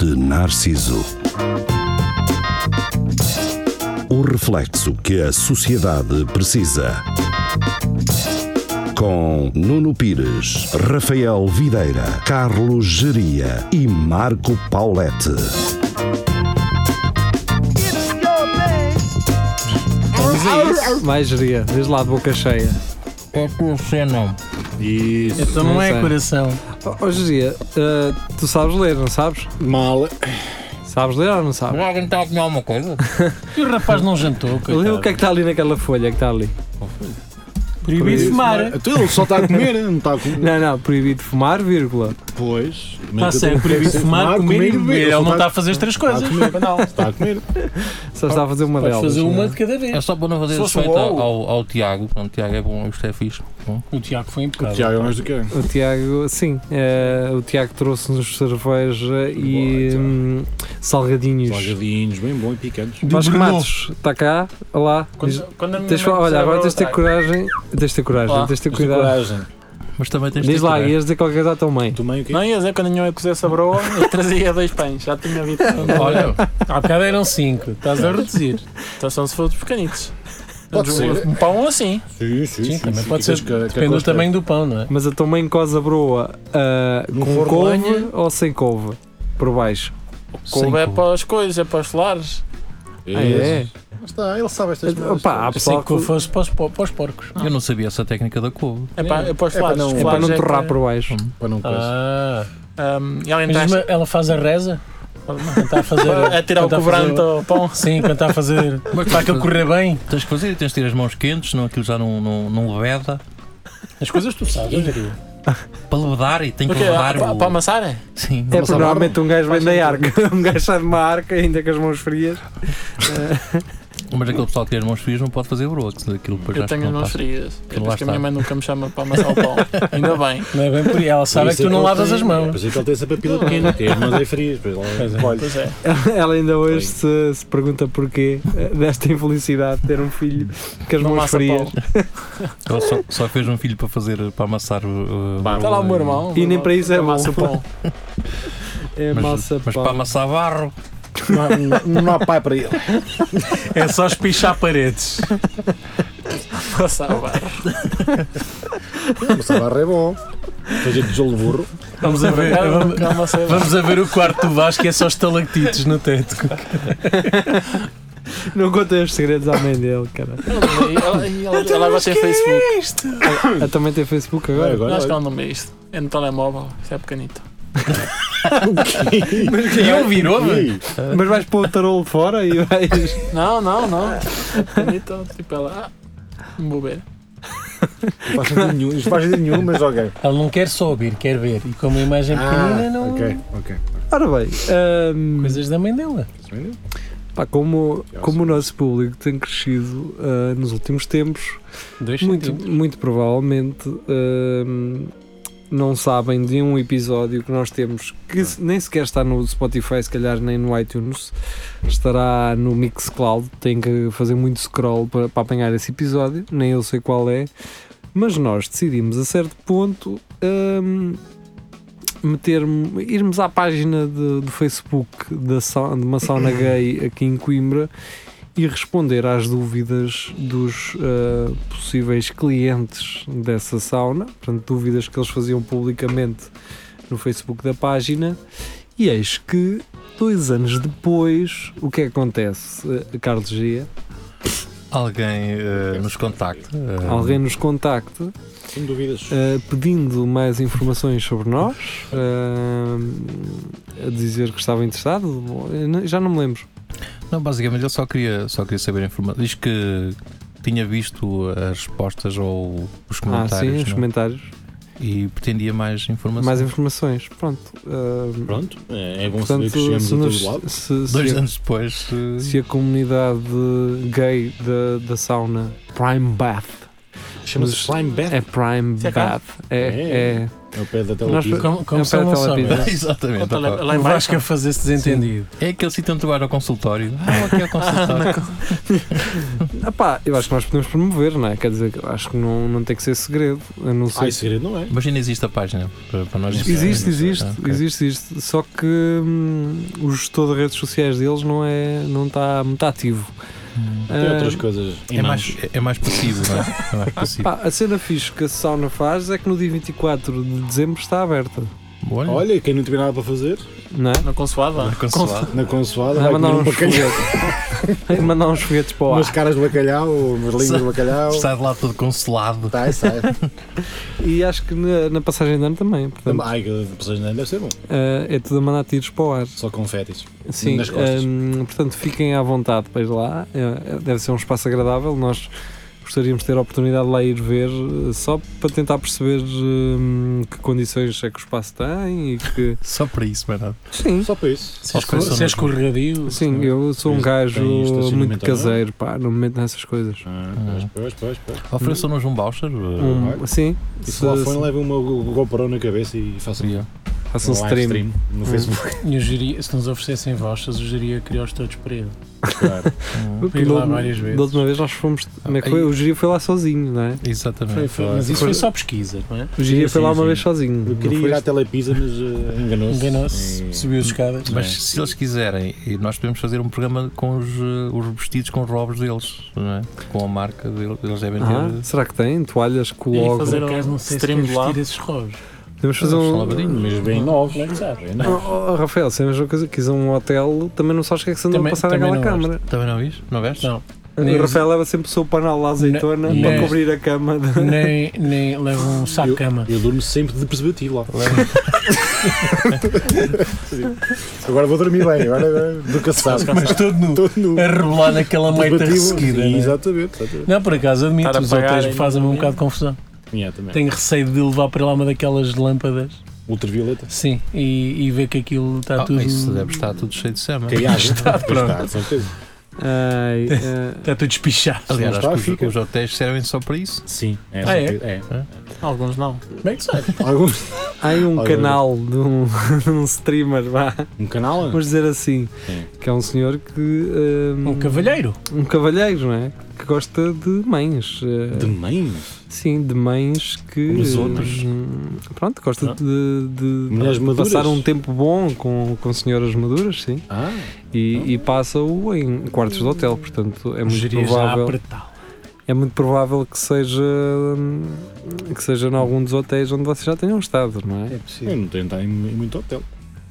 de Narciso. O reflexo que a sociedade precisa. Com Nuno Pires, Rafael Videira, Carlos Geria e Marco Paulette. Mas é isso. Mais geria, desde lá de boca cheia. É coração. não. Isso. Então não, Não é sei. coração. Ó oh, Geria, eh, tu sabes ler, não sabes? Mal. Sabes ler ou não sabes? Vai jantar a comer alguma coisa? E o rapaz não jantou, Lê coitado. o que é que está ali naquela folha que está ali. Proibido Isso, fumar. Então ele só está a comer, não está a comer. Não, não, proibido fumar, vírgula. Pois. Está certo, proibido fumar, comer e beber. Ele não está a fazer as três coisas. Está a comer. Não, está a comer. Só está a fazer uma delas. não é? cada vez. É só para não fazer Só respeito sou eu. ao, ao, ao Tiago. Pronto, Tiago é bom, isto é fixe. Bom. O Tiago foi impecável. Tiago é mais do que é. O Tiago, sim, eh, o Tiago trouxe-nos cerveja e Boa, hum, salgadinhos. Salgadinhos, bem bom e picantes. Vasco Brno. Matos, está cá, olá. Diz- Quando, quando a minha tens- mãe olha, agora precisava tens de ter voltar. coragem, tens de ter coragem, Olá, tens de ter tens de ter cuidado. coragem. Mas também tens de Diz ter lá, coragem. ias dizer qualquer coisa à tua mãe. Tu mãe, o quê? Não, ia dizer, quando a minha mãe cozesse a broa, eu trazia dois pães, já tinha visto. Olha, há bocado eram cinco. Estás a reduzir. Então são se for dos pequenitos. Pode ser. Um pão assim. Sim, sim, Sim, sim. também sim, pode ficas ser. com a- com a Depende do costa. tamanho do pão, não é? Mas a tua mãe coza a broa ah, No com forno couve de lenha? ou sem couve? Por baixo. Couve é couve. para as coisas, é para os lares. Ah, é? Mas está, ele sabe estas coisas. Opa, há Pensei pessoal Assim que eu que fosse para os, po- para os porcos. Eu não sabia essa técnica da couve. É para, é para os É para lares. não- Os é para lares não que- torrar por baixo. Para não coisa. Ah, Ahm, e além mas disso, diz-me, ela faz a reza? Quando está a fazer. é tirar o quando está a cobrante fazer- ao pão. Sim, quando está a fazer. Mas Para aquilo correr bem. Tens que fazer, tens de ter as mãos quentes, senão aquilo já não, não, não leveda. As coisas tu sabes, Jair. Para levedar e tem que Porque, ah, levedar para, o... para amassar? Sim. É Mas porque a normalmente um gajo vem da arca. Um gajo sai de uma arca ainda com as mãos frias. Mas aquele pessoal que tem as mãos frias não pode fazer broto. Aquilo depois É- Eu acho que tenho as não mãos passa. frias. É Lá por isso que a está. minha mãe nunca me chama para amassar o pão. Ainda bem. Não é bem por aí. Ela sabe é que tu não lavas as mãos. Pois é que ele tem essa papila pequena, tem as mãos aí frias. Pois Pois é. lá, olha. Pois é. Ela ainda hoje se, se pergunta porquê eh, desta infelicidade de ter um filho com as Não mãos amassa frias. pão. Ele só, só fez um filho para fazer, para amassar uh, o... o- Está tá lá o meu irmão. E nem para isso é amassa o pão. É Mas, massa mas para pão. amassar barro. Não há- Não há pai para ele. É só espichar paredes. Passar o barro. Mas a barra é bom. Fazer tijolo de burro. Vamos a ver. Vamos, Não amassei o barro. vamos a ver o quarto do Vasco e é só estalactites no teto. Não contem os segredos à mãe dele, cara. Então Ela- Ela ela agora tem Facebook. é Ela também tem Facebook Vai agora. Não, Agora, acho que olha. ela não vê isto. É no telemóvel. Isto é pequenito. Mas quem é o virou? Ih, Mas vais pôr o tarolo fora e vais. Não, não, não. Pequenito. Tipo ela. Ah, não vou ver. não faz sentido nenhum, isto não faz sentido nenhum, mas ok. Ah, Ele não quer só ouvir, quer ver. E como a imagem é pequenina, não. ok, ok. Ora bem, ahm, Coisas da mãe dela. pá, como, como o nosso público tem crescido ah, nos últimos tempos, Dois muito, centímetros. muito provavelmente ahm, não sabem de um episódio que nós temos que se- nem sequer está no Spotify, se calhar nem no iTunes, estará no Mixcloud. Tem que fazer muito scroll para, para apanhar esse episódio, nem eu sei qual é. Mas nós decidimos a certo ponto ahm, meter irmos à página de- do Facebook da, sau- de uma sauna gay aqui em Coimbra e responder às dúvidas dos ah, possíveis clientes dessa sauna, portanto, dúvidas que eles faziam publicamente no Facebook da página. E eis que, dois anos depois, o que é que acontece, eh, Carlos Gia? Alguém eh, nos contacta. eh, Alguém nos contacta Sem dúvidas. Uh, pedindo mais informações sobre nós, uh, a dizer que estava interessado, Eu não- já não me lembro. Não, basicamente ele só queria, só queria saber a informação. Diz que tinha visto as respostas ou os Ah, comentários sim, os não? comentários. e pretendia mais informação. Mais informações, pronto. Uh, Pronto, é é bom saber Portanto, que chegamos se, a nos- todo lado. se- se Dois a- anos depois. eh, se a comunidade gay da, da sauna Prime Bath Chama-se Mas- Slime Bath. É Prime Isso é caro? Bad. É, é. É o pé Nós- da É televisão. Como, como Não, se ele pera, não sabe. telepida. Exatamente. Conta opa. Lá lá em o Vasco baixo. a fazer-se desentendido. É aquele sítio onde tu vais ao consultório. Ah, aqui é o consultório. Ah pá, eu acho que nós podemos promover, não é? Quer dizer, eu acho que não, não tem que ser segredo. A não Ah, é ser. esse segredo não é. Mas ainda existe a página para, para nós existe, existe, Ah, ok. existe, existe. Só que hum, o gestor das redes sociais deles não é, não está muito ativo. Hum. Tem Ah, outras coisas. É mais, é- é mais passivo, não é? É mais passivo. Pá, a cena fixe que a sauna faz é que no dia 24 de dezembro está aberta, é? Olha, Olha, e quem não tiver nada para fazer, não é? Na consoada. cancelado. na consoada, Vai vai mandar comer um uns bacalhau. foguetes. Vai mandar uns foguetes para o ar. Umas caras de bacalhau, umas línguas de bacalhau. Sai de lá todo consolado. Tá. Sai, sai. E acho que na, na passagem de ano também. Portanto, Ai, que pessoas não deve ser bom. ah, é tudo a mandar tiros para o ar. Só confetes. Sim, Nas costas. hum, portanto fiquem à vontade para ir lá. É, é, Deve ser um espaço agradável. Nós gostaríamos de ter a oportunidade de lá ir ver, eh, só para tentar perceber hum, que condições é que o espaço tem e que. Só para isso, mais nada. Sim. Só para isso. Só se conhece Se é o escorregadio. Sim, eu sou um Tem gajo estacionamento muito ou não? caseiro, pá, não me meto nessas coisas. Ah, Ah. pois, pois, pois, pois. Ofereçam-nos um voucher. uh, Um, vai. sim, é? E se se- lá forem, se- levem uma go- GoPro na cabeça e façam seria. façam live um stream. no Facebook. Eu geria, se nos oferecessem vouchers, eu geria criar-os todos para ele. Claro. Hum, Fui Da lá última- várias vezes. Da última vez nós fomos. Como é que foi? Aí- O Giria foi lá sozinho, não é? Foi- Exatamente. foi- mas isso Foi- foi só pesquisa, não é? O Giria Sim, foi lá sim, uma sim. vez sozinho. Eu não queria foi? ir à Telepisa, mas eh, enganou-se. Enganou-se, E- subiu as escadas. Mas Bem. se eles quiserem, e nós podemos fazer um programa com os, uh, os vestidos com os robos deles, não é? Com a marca deles, eles devem ter. Ah, será que tem? Toalhas com E logo. fazer por acaso, um não sei se stream tem de lá. vestido esses robos. Podemos fazer uns um. salabadinhos. Mas bem novos. Como é que sabe? Oh, oh, Rafael, se é a mesma coisa, quis um hotel, também não sabes o que é que se andou a Também- passar também naquela não gosto. câmara. Também não viste? Não veste? Não. O Nem- Rafael leva sempre o seu panal lá azeitona Nem- para nem- cobrir a cama. de- nem, nem leva um saco de cama. Eu durmo sempre de preservativo lá. Leva- Agora vou dormir bem, agora eh, do caçado. Mas todo nu. Estou nu. A rebolar naquela moita Preservativo, resseguida. sim, né? não é? Exatamente. exatamente. Não, por acaso, admito, Estar a os pagar hotéis e- fazem-me um bocado de confusão. Yeah, também. Tenho receio de levar para lá uma daquelas lâmpadas. Ultravioleta. Sim, e, e ver que aquilo está Ah, tudo. Isso deve estar tudo cheio de sema. Caiado. Está, de certeza. Ai, eh, Está tudo espichado. Aliás, Se não acho está, que os, os hotéis servem só para isso. Sim. É, Ah, é? certeza, é. Alguns não. Como é que sabe? Alguns. há aí um Olha, canal de um, de um streamer, vá, Um canal? vamos dizer assim, Sim. que é um senhor que. eh, Hum. Um cavalheiro. um cavalheiro, não é? Que gosta de mães. eh, De mães? Sim, de mães que. Os outros. hum, Pronto, gosta Ah. de, de Mulheres maduras? passar um tempo bom com, com senhoras maduras, sim. Ah, E, e passa-o em quartos de hotel, portanto é muito Gerias a provável. apertá-lo. É muito provável que seja. hum, que seja em algum dos hotéis onde vocês já tenham estado, não é? eu não tenho de estar em em muito hotel.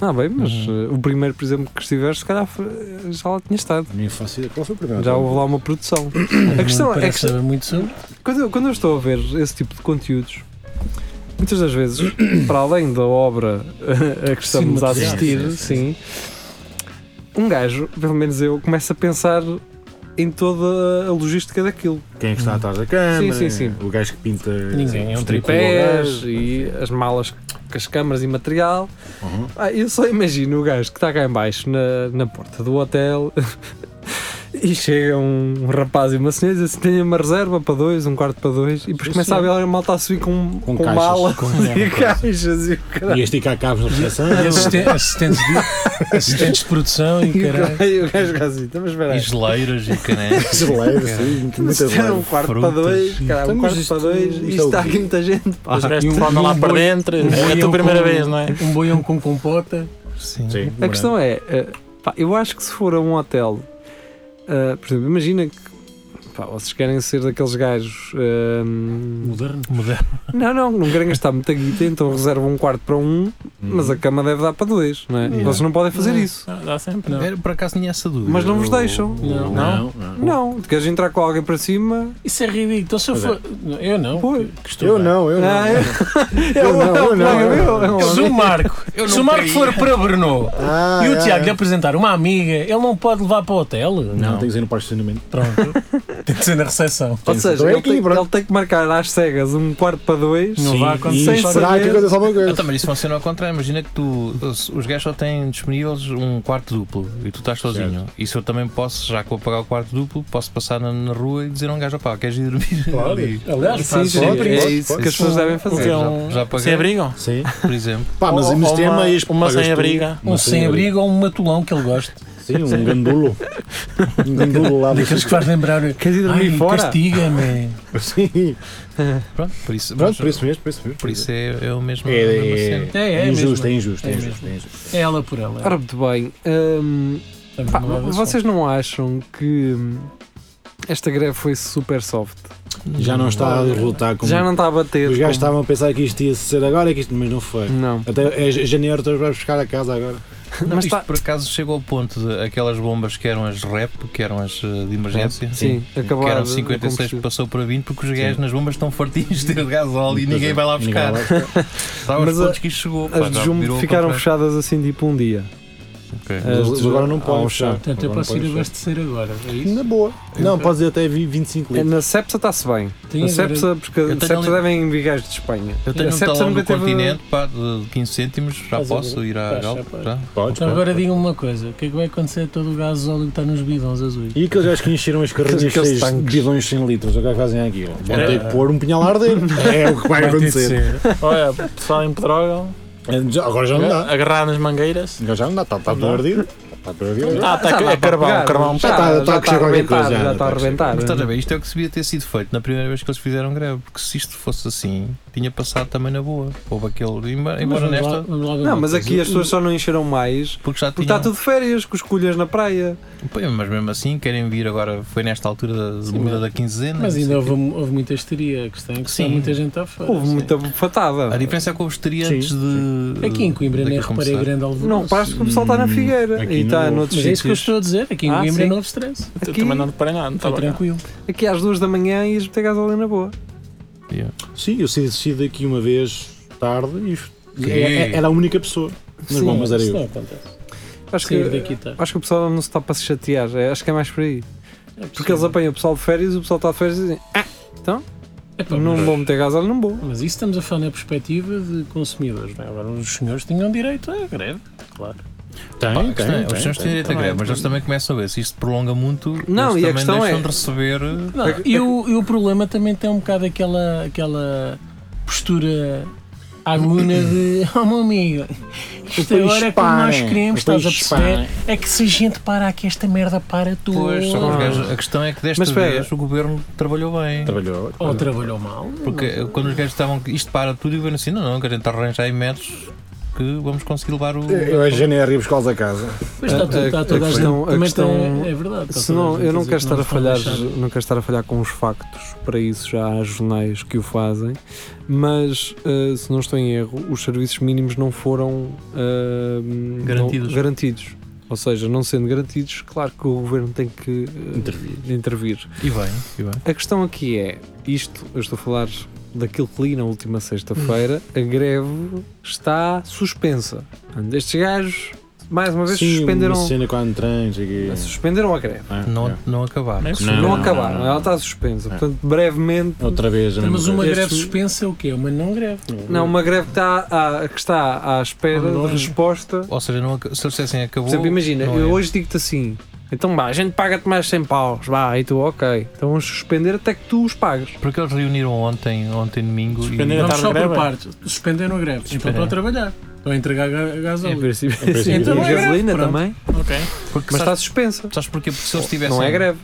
Ah, bem, mas Uhum. eh, o primeiro, por exemplo, que estiveste, se calhar foi- já lá tinha estado. A minha faço ideia. Qual foi o primeiro? Já hotel? houve lá uma produção. A questão é Hum, Parece que saber muito sobre. Quando eu, quando eu estou a ver esse tipo de conteúdos, muitas das vezes, para além da obra a que estamos a assistir, sim, Sim, sim, um gajo, pelo menos eu, começa a pensar em toda a logística daquilo. Quem é que está atrás da câmara? Sim, sim, sim. O gajo que pinta. Ninguém, é um os Pés tricolores. e as malas com as câmaras e material. Uhum. Ah, eu só imagino o gajo que está cá em baixo na, na porta do hotel e chega um rapaz e uma senhora e diz assim, tenho uma reserva para dois, um quarto para dois e depois Sim, começa a ver a malta a subir com, com, Com caixas, mala com e caixas e o caralho. E este cá cabos na recepção. E assisten- assistentes de, assistentes de produção e E o caralho. gajo- e o gajo fica assim, "Então, mas espera E aí, geleiras e canecas. Geleira, é sim, muitas isto era um leves. quarto para frutas. dois, caralho, um Então, mas quarto isto- para dois isto e é está o quê? aqui muita gente. pá." Os restos e um- andam lá e um para boi- dentro. um É a boião tua primeira com- vez, não é? Um boião com compota. Sim. Sim, A morando. questão é, eh, pá, eu acho que se for a um hotel, eh, por exemplo, imagina que pá, vocês querem ser daqueles gajos. eh, Moderno. Moderno. não, não, não querem gastar muita guita, então reservam um quarto para um, Hum. mas a cama deve dar para dois, não é? Uhum. Yeah. Vocês não podem fazer isso. Não, Dá sempre, não. Era, por acaso tinha essa dúvida. Mas não vos O- deixam. Não. Não, não. Não, tu queres entrar com alguém para cima? Isso é ridículo. Então, se eu Mas for. Eu não. Pois. que- que estou Eu bem. não, eu não. Ah, é- é Eu um- não, é um eu não, colega eu meu, não. é um Se o amigo. Marco, Eu se não o Marco caí. for para Brno Ah, e o ah, Tiago lhe ah. apresentar uma amiga, ele não pode levar para o hotel. um Não, tem que ser no parque de estacionamento. Pronto. Tem que ser na recepção. Ou seja, então é ele, aqui, tem, pronto. ele tem que marcar às cegas um quarto para dois. Não Sim, E vai Sem acontecer. esperar que saber. aconteça alguma coisa. Então, mas isso funciona ao contrário. Imagina que tu, os os gajos só têm disponíveis um quarto duplo e tu estás sozinho. Isso eu também posso, já que vou pagar o quarto duplo, posso passar na, na rua e dizer a um gajo: opá, queres ir dormir? Claro. ali?" Aliás, Sim, faz sim, só pode, é pode, isso pode. que as pessoas devem o que fazer. é Já- um. já paguei. Sem abrigam? Sim. Por exemplo, Ah, Pá, mas Ou- mas ou tem uma- mais. Uma pagas sem abriga. tu- Um sem-abrigo ou um matulão que ele gosta. Sim, um gandulo. Um gandulo lá. Daqueles que faz lembrar. Queres ir dormir Ai, fora? castiga-me. Sim. pronto, por isso, mas- Pronto, por isso mesmo, por isso mesmo. por isso é, é o mesmo. É, a mesma é, cena. é, É, é injusto, mesmo. é injusto, é É injusto, é injusto. É ela por ela. Ora, muito bem. hum, Estamos pá, numa relação. vocês não acham que hum, esta greve foi super soft? Já não está a derrotar como. é? Já não está a bater. Os gajos como- estavam a pensar que isto ia ser agora, é que isto, mas não foi. Não. Até é janeiro, tu vais buscar a casa agora. Mas Não, tá- isto está- por acaso chegou ao ponto de aquelas bombas que eram as rep, que eram as eh, de emergência. Sim, Que acabaram eram de- 56, combustível. passou para 20 porque os gajos Sim. nas bombas estão fartinhos de ter gasóleo e ninguém vai lá Então, Ninguém vai buscar. lá buscar. Está aos Mas pontos que isto chegou. pá, As de já virou Jumbo ao ficaram contrário. fechadas assim tipo um dia. Ok. Mas As de- agora não ao chão. podem fechar. Portanto, eu Agora não posso ir podem fechar. abastecer agora. É isso? Na boa. Não, podes ir até vi- 25 É, litros. Na Cepsa está-se bem. Tenho Na a ver- Cepsa, porque a tenho Cepsa ali- devem vir gajos de Espanha. Eu tenho A um Cepsa talão do nunca teve- continente pá, de 15 cêntimos, já Faz a posso ir à Faz, já Galp? pode. Já? Podes, Então, podes, agora podes. diga-me uma coisa: o que é que vai acontecer a todo o gás óleo que está nos bidons azuis? E aqueles gajos que encheram as carrinhas Aqueles cheias de tanques. bidões 100 litros, o que é que fazem aquilo? Vão É. ter que pôr um punhal a arder. É o que vai acontecer. Olha, o pessoal em pedrógão, É, já- Agora já não dá. agarrar nas mangueiras. Agora já não dá, está tá tudo ardido. Está tudo ardido. Ah, tá, Já dá é para carvão, pegar, carvão. Já Já tá- está tá já a está crescer a qualquer arrebentar. coisa, Já está já a tá a crescer. arrebentar. Mas estás a ver, isto é o que se devia ter sido feito na primeira vez que eles fizeram greve, porque se isto fosse assim, tinha passado também na boa. Houve aquele, embora, embora nesta, Não, mas aqui as pessoas só não encheram mais porque já porque tá tinha. está tudo de férias, com os colhas na praia. Mas mesmo assim, querem vir agora, foi nesta altura da Sim, muda mas- da quinzena. Mas não ainda sei houve, o quê. houve muita histeria. A questão é que Sim. sim. muita gente à fora. Houve Ah, sim. muita A fatada. diferença é que houve histeria Sim, antes de. Aqui em Coimbra nem daquilo reparei começar. grande alvoroço. Não, reparaste que o pessoal está na Hum, Figueira aqui e tá não está houve. noutros Mas é isso que eu sítios. estou a dizer. Aqui em Ah, Coimbra sim. não houve stress. Tá Aqui, Foi também não reparei nada. Está tá tranquilo. Aqui às duas da manhã ias meter gasolina boa. Sim, eu saí saí daqui uma vez tarde e isto- Sim. é- é- era a única pessoa. Mas Sim, bom, mas era Isso não eu. acontece. Acho Sair que, daqui tá, é está. acho que o pessoal não se está para se chatear. é- Acho que é mais por aí. Porque eles apanham o pessoal de férias e o pessoal está de férias e dizem: Ah, Epá, não É mas- vou meter gasolina, não vou. Mas isso estamos a falar na perspectiva de consumidores, não é? Agora os senhores tinham direito à greve, claro. Pá, Tem, a questão é, tem, os senhores têm tem. direito a greve, mas eles também começam a ver se isto prolonga muito. Não, eles e a também questão deixam é- de receber. Não, e, o, e o problema também tem um bocado aquela, aquela postura aguna de oh meu amigo, isto país agora é como para, nós o queremos, estás país a perceber? para. É que se a gente para aqui, esta merda para Pois, só que os toda. gajos- a questão é que desta Mas espera. vez o governo trabalhou bem. Trabalhou. Ou trabalhou mal. Porque eh, quando os gajos estavam que isto para tudo e o governo assim, não, não, que a gente arranja aí métodos que vamos conseguir levar o. Eu a janeiro ia buscá-los a casa. Pois está, A- tudo- está a- toda a a gente. questão- a também questão- tem- é verdade. está Se toda a não, gente a eu não dizer quero estar a nós falhar, fomos chatos. não quero estar a falhar com os factos, para isso já há jornais que o fazem, mas eh, se não estou em erro, os serviços mínimos não foram eh, não- Garantidos. garantidos. Ou seja, não sendo garantidos, claro que o governo tem que eh, Intervir. intervir. E bem, e bem. A questão aqui é, isto, eu estou a falar daquilo que li na última sexta-feira, a greve está suspensa. Portanto, Estes gajos, mais uma vez, Sim, suspenderam, uma cena com a Antran, não sei o quê. suspenderam a greve. Ah, Não, é. não acabar. Não, não, acabaram, não, não. ela está suspensa. Portanto, brevemente. Outra vez. a mesma Mas uma coisa. Este- greve suspensa é o quê? Uma não greve. Não, uma greve que está à, que está à espera de resposta. Ou seja, não, aca- se eles dissessem acabou. Por exemplo, imagina, não eu é. hoje digo-te assim: então vá, a gente paga-te mais 100 paus, vá, e tu, ok, então vamos suspender até que tu os pagues. Porque eles reuniram ontem, ontem domingo Vamos e. só por greve? partes. Suspenderam a greve. Então Suspenderam. estão a trabalhar. Estão a entregar ga- Em gasóleo. princípio, princípio, sim. então E não é greve, gasolina pronto. também, Ok. Porque mas sabes, está suspensa. sabes porquê? Porque se eles tivessem. Não é greve,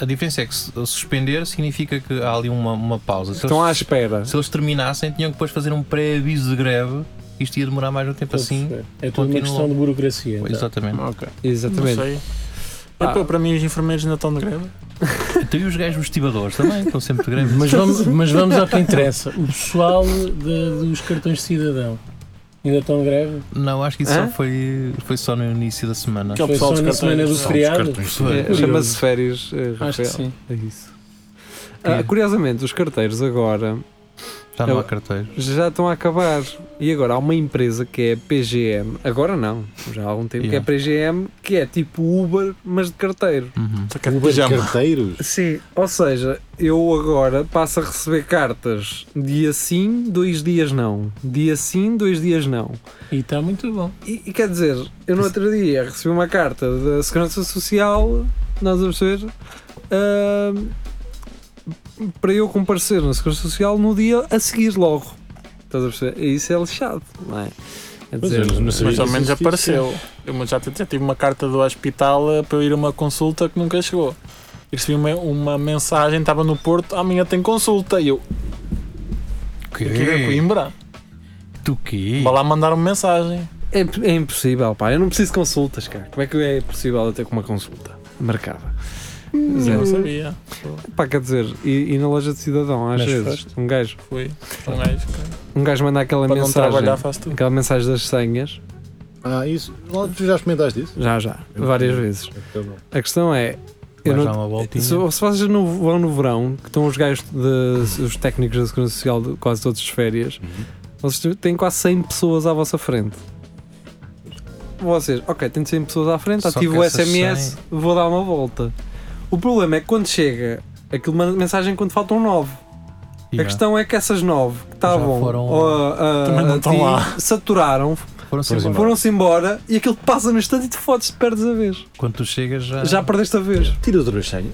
A, a diferença é que se- suspender significa que há ali uma, uma pausa. Se estão à eles, espera. se eles terminassem, tinham que depois fazer um pré-aviso de greve. Isto ia demorar mais um tempo assim. É tudo uma continua. questão de burocracia. então. Exatamente. Ok. Exatamente. Ah. para mim, os enfermeiros ainda estão de greve. Então, e os gajos motivadores também estão sempre de greve. Mas vamos, mas vamos ao que interessa. O pessoal de- dos cartões de cidadão ainda estão de greve? Não, acho que isso Hã? só foi, foi só no início da semana. Foi só pessoal dos na cartões. semana do Só dos feriado? Foi. É, Chama-se férias, eh, Acho Rafael. que sim. É isso. Queria. Ah, curiosamente, os carteiros agora Já não Eu- há carteiros. já estão a acabar. E agora há uma empresa que é PGM, agora não, já há algum tempo, Yeah. que é PGM, que é tipo Uber, mas de carteiro. Uhum. Saca é de Uber de pijama. carteiros. Sim, ou seja, eu agora passo a receber cartas dia sim, dois dias não. Dia sim, dois dias não. E está muito bom. E, e quer dizer, eu no outro dia recebi uma carta da Segurança Social, nós a perceber, ahm, para eu comparecer na Segurança Social no dia a seguir logo. Estás a perceber? E isso é lixado, não é? Quer Pois dizer, é, não sabia Mas ao que menos existia. apareceu. Eu mas já, te- já tive uma carta do hospital eh, para eu ir a uma consulta que nunca chegou. E recebi uma, uma mensagem, estava no Porto, amanhã tem consulta. E eu, Que? é aqui da Coimbra, Tu quê? vá lá mandar uma mensagem. é, imp- é impossível, pá. Eu não preciso de consultas, cara. Como é que é possível eu ter com uma consulta marcada? Mas eu não Hum. sabia. Pá, quer dizer, e, e na loja de cidadão, às Mas vezes, um gajo, Fui. Um gajo que, um gajo manda aquela para não mensagem, trabalhar faz tudo. aquela mensagem das senhas, Ah, isso. Lá, Tu já experimentaste isso? já, já, várias vezes. Então, não. A questão é. Eu Vais não, dar uma voltinha. se, se vocês não vão no verão, que estão os gajos, de, os técnicos da Segurança Social de quase todos de férias, Uhum. vocês têm quase 100 pessoas à vossa frente. Vocês, ok, tenho 100 pessoas à frente, Só ativo que o essas SMS, vou dar uma volta. O problema é que quando chega, aquilo manda mensagem quando faltam 9. Yeah. A questão é que essas 9 que estavam foram- ó, a- Também não a estão ti, lá. saturaram, Foram-se Foram-se embora. foram-se embora e aquilo passa no instante e te fodes, perdes a vez. Quando tu chegas já. Já perdeste a vez. Tira outra vez senha.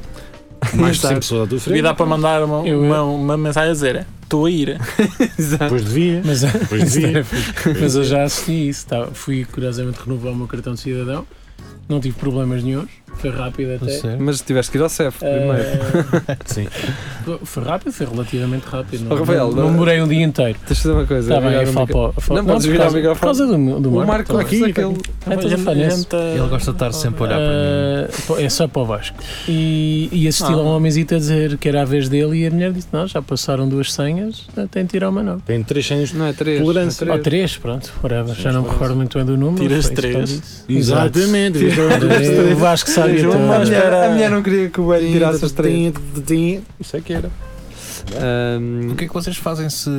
Mais Mais de 100 pessoas à tua E frente. dá para mandar uma, Eu- uma, uma mensagem a dizer: "É, estou a ir. Exato. Depois devia. Mas, Depois devia. mas eu já assisti a isso. tá? Fui curiosamente renovar o meu cartão de cidadão. Não tive problemas nenhums. Foi rápido Não até. sei. Mas tiveste que ir ao CEF primeiro. Eh, Sim. Foi rápido, foi relativamente rápido. Não, Oh, Rafael, não, não não- demorei um dia inteiro. Tens de fazer uma coisa. Está bem, virar eu o falo micro- para o- falo- Não, podes por virar causa- o microfone. Por causa do, do O Marco Marco. aqui, aquele... Então, estás a falar nisso? eh, Ele gosta de estar sempre a olhar para mim. Eh, pô, é só para o Vasco. E, e assisti lá Ah. um homenzito a dizer que era a vez dele e a mulher disse: Não, já passaram duas senhas, eh, tem de tirar uma nova. Tem três senhas. Não é três. Tolerância. é Ou três. três, pronto, whatever. já não me recordo muito bem do número. Tiras foi isso que eu três. disse. Exato. Exatamente. Eh, O Vasco sabe Mas então, a mas- mulher- A mulher não queria que o velho tirasse as três. Isso é que era. Ahm, O que é que vocês fazem se,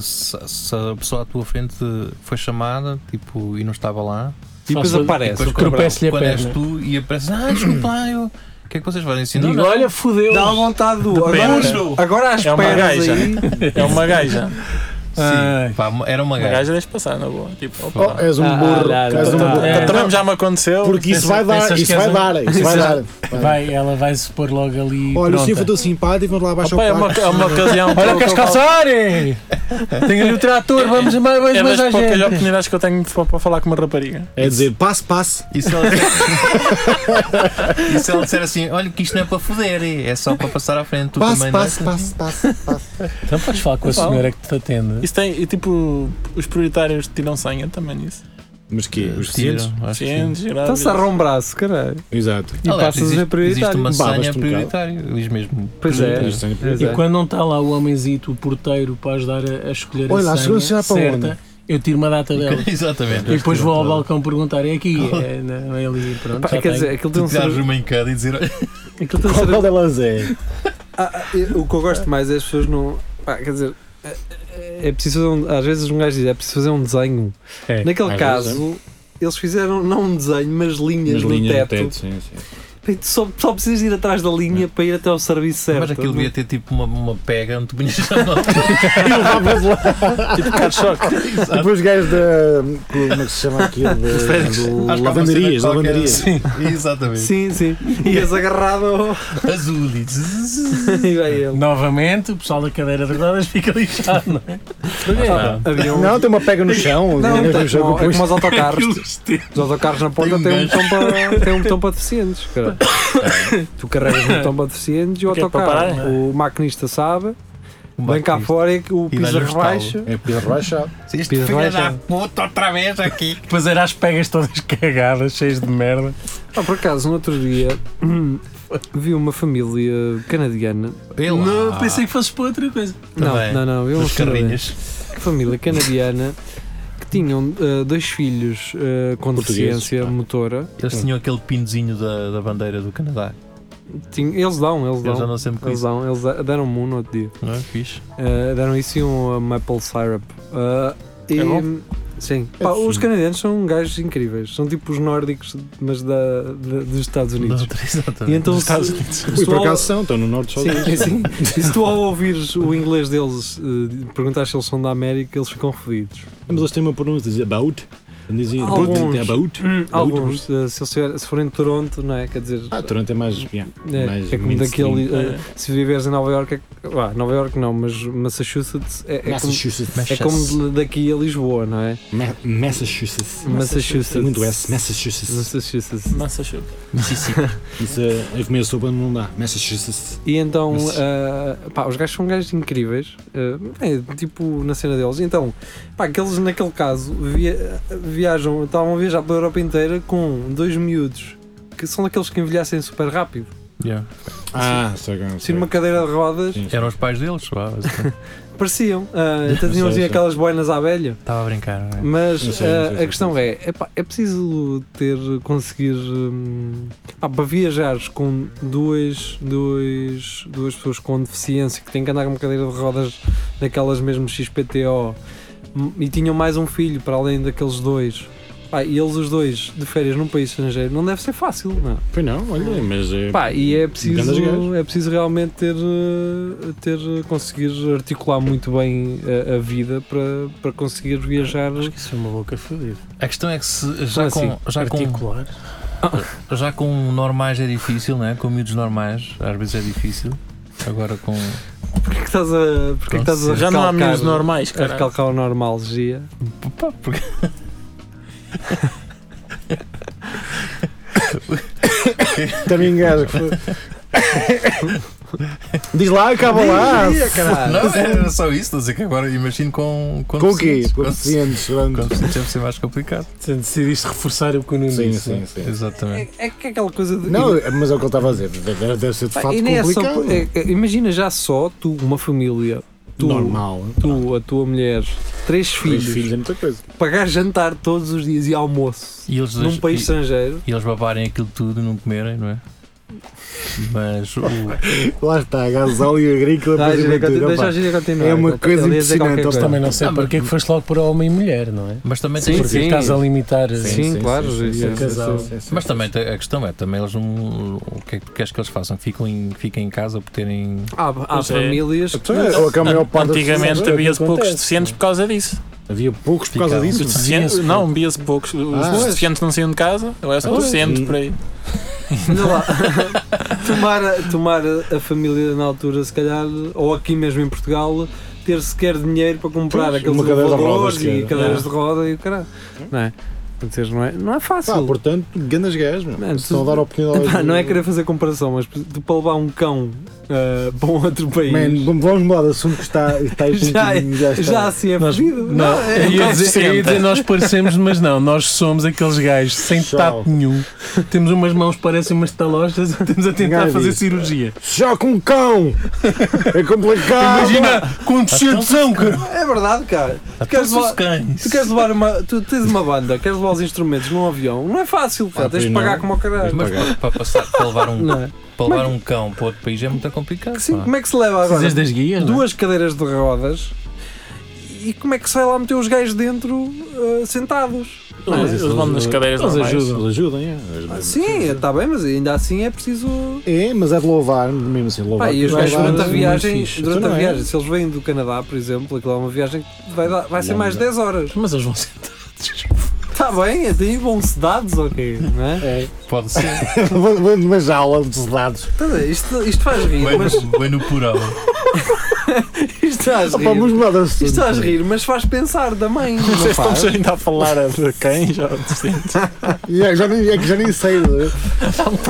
se, se a pessoa à tua frente foi chamada tipo, e não estava lá? E depois Faço- aparece. Depois o cabral. tropeço-lhe a Quando és perna. tu e apareces, ah, desculpa, lá, eu. O que é que vocês fazem? Assim, Digo, olha, fodeu. Dá a vontade do. Depende. Agora, agora às É uma pernas gaja. aí. É uma gaja. Sim, pá, era uma Uma gaja. gaja deixa passar, na boa. Tipo, É. opa. É, Oh, és um Ah, burro. ah, És ah, um burro. ah, Não, Também já me aconteceu. Porque isso Pensas- vai dar. pensas Isso que és vai um- dar. Isso vai dar. Vai. Vai, ela vai se pôr logo ali. Olha, o pronta. senhor foi tão simpático. Vamos lá abaixo Opa, é, ao uma, parque. é uma ocasião. Olha que as calçarem! Tenho ali o trator, vamos mais, vamos É mais das à poucas gente. oportunidades que eu tenho para, para falar com uma rapariga. É dizer, passe, passe. E se ela, e se ela disser assim, olha que isto não é para foder, é só para passar à frente, tu Passe, também não é? passe, passe, passe. passe. Então podes falar com a Fala. senhora que te atende. Isso tem, e tipo, os prioritários tiram senha também nisso. Mas que? Os Tira, deficientes? acho que sim. Cientes, Então grávidas. se arra um braço, caralho. Exato. E Aliás, passas a ver existe, Existe prioritário. uma Babas-te senha um prioritária, diz mesmo. Pois é. Isto tem- Pois E é. quando não está lá o homenzito, o porteiro, para ajudar a, a escolher Olha lá, a senha chegou-se já para certa, onde? eu tiro uma data dela. Exatamente. é. E depois vou ao balcão perguntar, é aqui, é, não, é ali, pronto. Pá, já Quer tenho. dizer, aquilo tem Tu um te dás ser- uma encada e dizer, olha, aquilo tem um Qual ser- delas é? Ah, ah, eu- o que eu gosto mais é as pessoas não. pá, quer dizer, é- é, é preciso. fazer um- às vezes um gajo diz: é preciso fazer um desenho. É, Naquele às caso, vezes eles fizeram não um desenho, mas linhas, Nas no, linhas do teto. teto, sim, sim. Pá, tu Só, só precisas ir atrás da linha para ir até ao serviço certo. mas aquilo devia ter tipo uma, uma pega onde tu punhas a mão. E levavas lá. Depois os gajos da. Como é que se chama aquilo? De, Acho de que há uma lavanderias, cena qualquer. assim, lavanderias. Exatamente. Sim, sim. Ias agarrado ao- Azul e zzz. e vai ele. Novamente, o pessoal da cadeira de rodas fica lixado, não é? Ah, havia um- Não, tem uma pega no chão. Não, no tem, chão como, é depois. como os autocarros. Os autocarros na ponta Tem um têm um, gancho. botão para, têm um botão para deficientes. cara. tu carregas um botão para deficientes e o Porque é para autocarro. parar, o maquinista sabe, Uma vem cá triste. fora e o piso dá-lhe um rebaixa. É Pedro Rachado. Este Pedro filho da Rocha. puta outra vez aqui. Depois era as pegas todas cagadas, cheias de merda. Ah, por acaso, no outro dia vi uma família canadiana. Eu Não, pensei que fosses para outra Tá coisa. Não, Também. não, não, vi uma Os família, carrinhos. família canadiana que tinham ah, dois filhos ah, com Portugueses, deficiência pá. motora. Eles tinham aquele pinozinho da, da bandeira do Canadá. Tinha- eles dão, eles Eles dão. andam sempre com Eles isso. dão, eles da- deram-me um no outro dia. Não é? Fixe. Uh, deram isso e um uh, maple syrup. Uh, e, É bom? Sim. É Pá, os sim. canadenses são gajos incríveis. São tipo os nórdicos, mas da, da- dos Estados Unidos. Não, tá, exatamente. E então, Dos se- Estados Unidos. se E tu por ao- acaso são, estão no norte só. Sim, sim. E se tu ao ouvires o inglês deles eh, perguntar se eles são da América, eles ficam fodidos. Mas eles têm uma pronúncia, dizem about. Dizem Alguns. about, dizem about. Hum, Alguns, É eh, se, eles tiver- se forem de Toronto, não é? Quer dizer, Ah, Toronto é mais. yeah, é, mais é como mainstream. daquele. eh, se viveres em Nova York, é, vá, Nova York não, mas Massachusetts é, é como. Massachusetts. É como de- daqui a Lisboa, não é? Ma- Massachusetts. Massachusetts. Tem muito S. Massachusetts. Massachusetts. Massachusetts. Isso é, é comer sopa não dá. Massachusetts. E então, Mas- ah, pá, os gajos são gajos incríveis, ah, é, tipo na cena deles. Então, pá, que eles naquele caso via- viajam, estavam a viajar pela Europa inteira com dois miúdos que são daqueles que envelhecem super rápido. Yeah. Ah, sei que Se numa cadeira de rodas, Sim. Eram os pais deles, vá, basicamente. pareciam. ah, até tinham Sei, assim sei. aquelas boinas à velha. Estava a brincar, não é? Mas Eu sei, eu ah, sei, sei, a questão é, epá, é preciso ter, conseguir, hum, pá, para viajares com duas, duas, duas pessoas com deficiência que têm que andar com uma cadeira de rodas daquelas mesmo XPTO hum, e tinham mais um filho para além daqueles dois. Pá, e eles os dois de férias num país estrangeiro não deve ser fácil, não. é? Pois não, olha, mas é. Pá, e é Grandes gajos. preciso, é preciso realmente ter, eh, ter conseguir articular muito bem eh, a, a vida para, para conseguir viajar. Acho que isso é uma boca fodida. A questão é que se já, Assim, com, já, com, Particular. já com normais é difícil, não é? Com miúdos normais, às vezes é difícil. Agora com. Porquê que estás a, porquê que estás a Já não há recalcar- meninos normais, a cara. recalcar o normalgia? Pá, porque- Também gajo que foi. Diz lá, acaba lá. Não, é, era só isso, estou a dizer que agora imagino com. Ah. Com o quê? deficientes. Com deficientes. pronto. Com deficientes deve ser mais complicado. Portanto, decidiste reforçar o que o Nuno Sim, disse. sim, sim. Exatamente. É, é que é aquela coisa de. Não, mas é o que ele estava a dizer. Deve, deve ser de Pá, facto e nem é só- complicado. é- é- imagina já só tu, uma família, tu, Normal. tu a tua mulher, três Três filhos, filhos é muita coisa. pagar jantar todos os dias e almoço E eles, num país e, estrangeiro. e eles babarem aquilo tudo e não comerem, não é? Mas o, Lá está, a gasóleo agrícola Ah, para a gíria continua, Deixa a cima gíria continuar. É uma Ele- coisa ele ia dizer impressionante, qualquer eles coisa. Também não sei Ah, mas- porque é que foste logo para homem e mulher, não é? mas também Sim, tem, porque sim. estás a limitar. Sim, claro, sim, casal. Mas também tem- a questão é, também eles não. O que é que tu queres que eles façam? Ficam em, fiquem em casa por terem. Há, há Pois é. famílias que. Ou que a maior parte das Antigamente pessoas- havia o que poucos acontece, deficientes É por causa disso. não é? Havia poucos por causa Ficava. disso. Os deficientes- Deficientes, não, via-se poucos. Os Ah. deficientes não saíam de casa, agora são Ah, pois. deficientes por aí. Olha lá. tomar, a- tomar a a família na altura, se calhar, ou aqui mesmo em Portugal, ter sequer dinheiro para comprar Pois, aqueles uma cadeira de elevadores rodas, e cara. cadeiras É. de roda e o caralho. Não é? Quer dizer, não é, não é fácil. Pá, portanto, grandes gajos, meu. Mano, Estão a tu- dar oportunidade. Pá, não é querer fazer comparação, mas tu para levar um cão ah, para um outro país. Man, vamos- vamos mudar de assunto que está, está aí já, é- pontinho, já está. já assim é Nós- fodido. Não, é eu ia dizer, eu ia dizer nós parecemos, mas não, nós somos aqueles gajos sem Tchau. tato nenhum. Temos umas mãos que parecem umas talojas e estamos a tentar Ninguém fazer diz. cirurgia. Já com um cão! É complicado! Imagina com deficientação, cara. É verdade, cara. Tu queres, Todos os levar, cães. tu queres levar uma. Tu tens uma banda, queres levar os instrumentos num avião, não é fácil, pá, Ah, tens pois de não. pagar como o caralho. Mas para, para passar, para levar, um, Não é? para levar um cão para outro país é muito complicado. Sim, pá. como é que se leva agora? Precisas das guias, não é? duas cadeiras de rodas e como é que se vai lá meter os gajos dentro ah, sentados? Não, mas Eles isso vão nas cadeiras eles normais. ajudam. Eles ajudam, é. Eles- Ah, sim, está bem, mas ainda assim é preciso. É, mas é de louvar, mesmo assim, louvar. Pá, e os Louvar gajos lá, durante a é muito viagem, fixe. durante Então a não é? viagem se eles vêm do Canadá, por exemplo, aquilo é uma viagem que vai, dar- vai ser mais 10 horas. Mas eles vão ser. Está Tá bem, até aí vão sedados, ok, não é? É. Pode ser. Vou- vou numa jaula de sedados. Tá bem, Isto, isto faz rir, Bem mas no, bem no plural. isto faz Opa, vamos rir. mudar de assunto. Isto faz rir, mas faz pensar também. não Vocês faz? estamos ainda a falar a de quem? Já deficientes. Já, já nem, é que já nem sei. não é?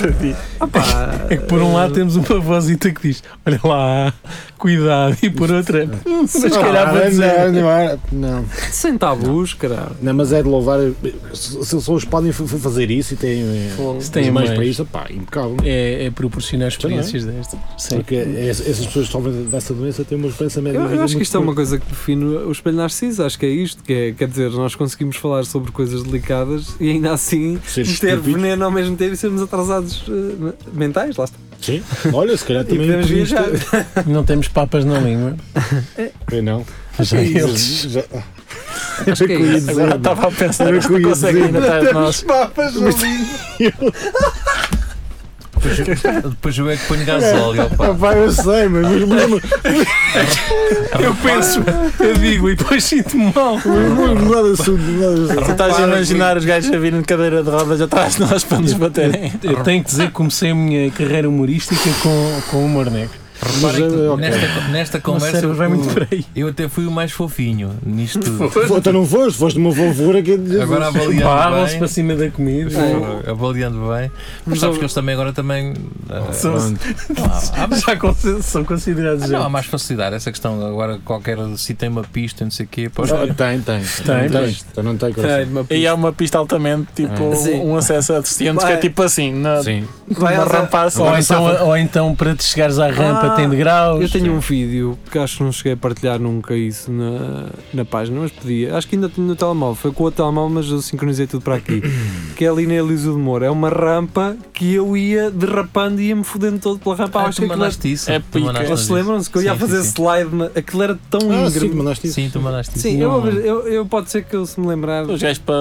Perdi. Ah, pá, É que por um lado temos uma vozita que diz: Olha lá, cuidado, e por outra, hum, se calhar Ah, vou dizer. não, não, não. sem tabus, caralho. Não, mas é de louvar. Se, se os pessoas podem f- f- fazer isso e têm eh, Se as tem mães mais para isso, pá, impecável. é, é proporcionar experiências destas. Sim. Porque es- essas pessoas que sofrem dessa doença têm uma esperança média. Eu, de vida eu acho que muito isto é uma curta. coisa que define o espelho narciso, acho que é isto, que é, quer dizer, nós conseguimos falar sobre coisas delicadas e ainda assim Seres ter estúpidos. veneno ao mesmo tempo e sermos atrasados eh, mentais, lá está. Sim. Olha, se calhar E tive podemos imprevisto. viajar. Não temos papas na língua. Bem, Não. Já eles. Já- Acho que é isso. Agora estava a pensar Era que não que eu ia consegue ainda tá- atrás de nós. Papas no Depois eu é que ponho gasóleo, Ah, opa. pá, eu sei, mas mas- mas- mas- Eu penso, eu digo e depois sinto-me mal. mas mudar de assunto, mudar de assunto. Tu estás a imaginar os gajos a virem de cadeira de rodas atrás de nós para nos baterem. Eu tenho que dizer que comecei a minha carreira humorística com, com humor negro. Reparem Mas, que eh, ok. nesta, nesta O meu conversa cérebro vai muito por aí. eu até fui o mais fofinho nisto tudo. Fo- Tu então não foste, foste uma vovura que é de Jesus. Agora avaliando Barram-se para bem, cima da É. comida. Fogo, avaliando bem, mas sabes que eles também agora também ah, São, há, há mais, já con- são Ah, considerados não, há já. mais facilidade essa questão agora qualquer se tem uma pista não sei o quê pá, Ah, Tem, tem. Tem, tem. pois. Tu não tem coração. Tem uma E há uma pista altamente, tipo, Ah. Sim. um acesso a deficientes que Vai. é tipo assim, na, Sim. Vai uma às- rampa assim. Ou então, ou então para te chegares à rampa Ah, tem degraus. Eu tenho um vídeo que acho que não cheguei a partilhar nunca isso na, na página, mas podia. Acho que ainda tenho no telemóvel. Foi com o telemóvel, mas eu sincronizei tudo para aqui. Que é ali na Elísio de Moura. É uma rampa que eu ia derrapando e ia-me fodendo todo pela rampa. Ah, acho tu que aquilo era- mandaste isso é tu pica. mandaste Vocês isso. se lembram-se que eu ia Sim, fazer sim, sim. slide? mas Aquilo era tão Ah, sim, íngreme. mandaste isso. sim, tu mandaste isso Sim, eu, Uau. eu, eu pode ser que eu se me lembrar. Os gajos para,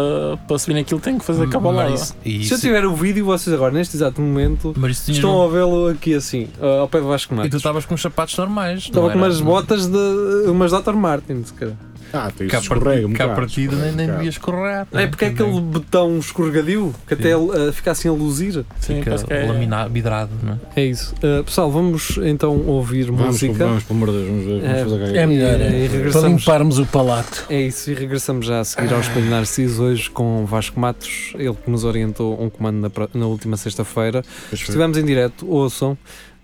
para subir naquilo têm que Hum, fazer cabalada. Mas isso- e Se eu isso- tiver o vídeo, vocês agora, neste exato momento, mas isso tinhas estão um- a vê-lo aqui assim, ao pé do Vasco e tu Matos. estavas com os sapatos normais não Estava com era- umas botas de. umas Dr. Martins, cara. Ah, tu cá, isso à escorrega um partida, cá à bocado, partida nem, escorrega nem um bocado. devias correr É porque é aquele botão escorregadio que até eh, fica assim a luzir. Sim, parece que é- laminado, vidrado não é? É isso. Eh, pessoal, vamos então ouvir Vamos, música. vamos, pelo amor de Deus, vamos ver, É, vamos fazer É melhor. E, eh, é, para regressamos. limparmos o palato. É isso, e regressamos já a seguir ao Espelho Narciso hoje com Vasco Matos, ele que nos orientou um comando na, pro- na última sexta-feira. é. Estivemos em direto, ouçam.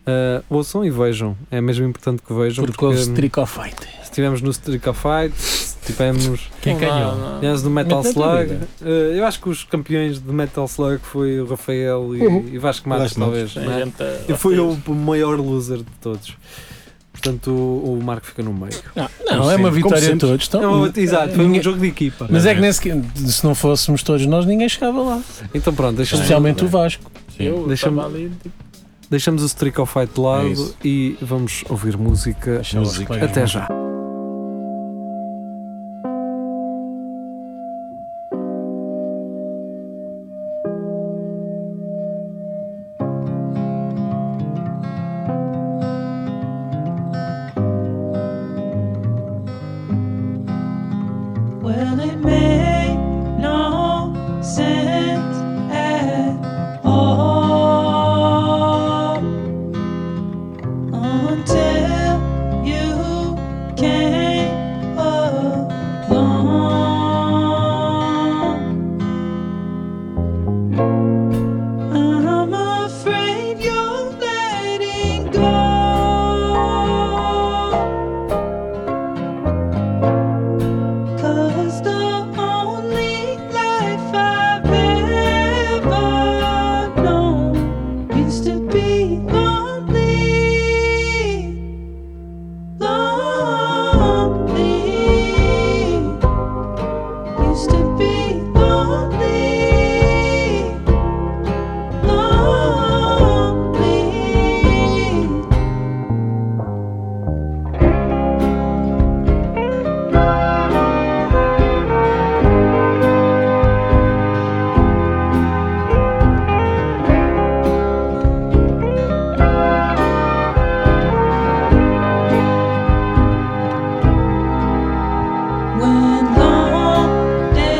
eh, ouçam e vejam, é mesmo importante que vejam Porque houve hum, Streak of Fight. estivemos no Street of Fight, estivemos Quem ganhou? Ah. Aliás, do Metal Metal Slug. Slug. Eh, eu acho que os campeões de Metal Slug foi o Rafael e, Uhum. e Vasco Matos, Vasco Matos, talvez. não é? E foi o maior loser de todos. Portanto, o, o Marco fica no meio. Não, é uma Como vitória a sempre. todos. Então, É uma- exato, foi um ninguém- jogo de equipa. Mas é que nem sequer- se não fôssemos todos nós, ninguém chegava lá. Então pronto, deixamos, Especialmente o Vasco. Eu Deixa-me- estava ali, tipo, deixamos o Streak of Fight de lado É isso. e vamos ouvir música. Música. Até já. Well, it made no sense at all until you came along. I'm afraid you're letting go. Cause the only life I've ever known is to be lonely, lonely. Used to be lonely, lonely. When long day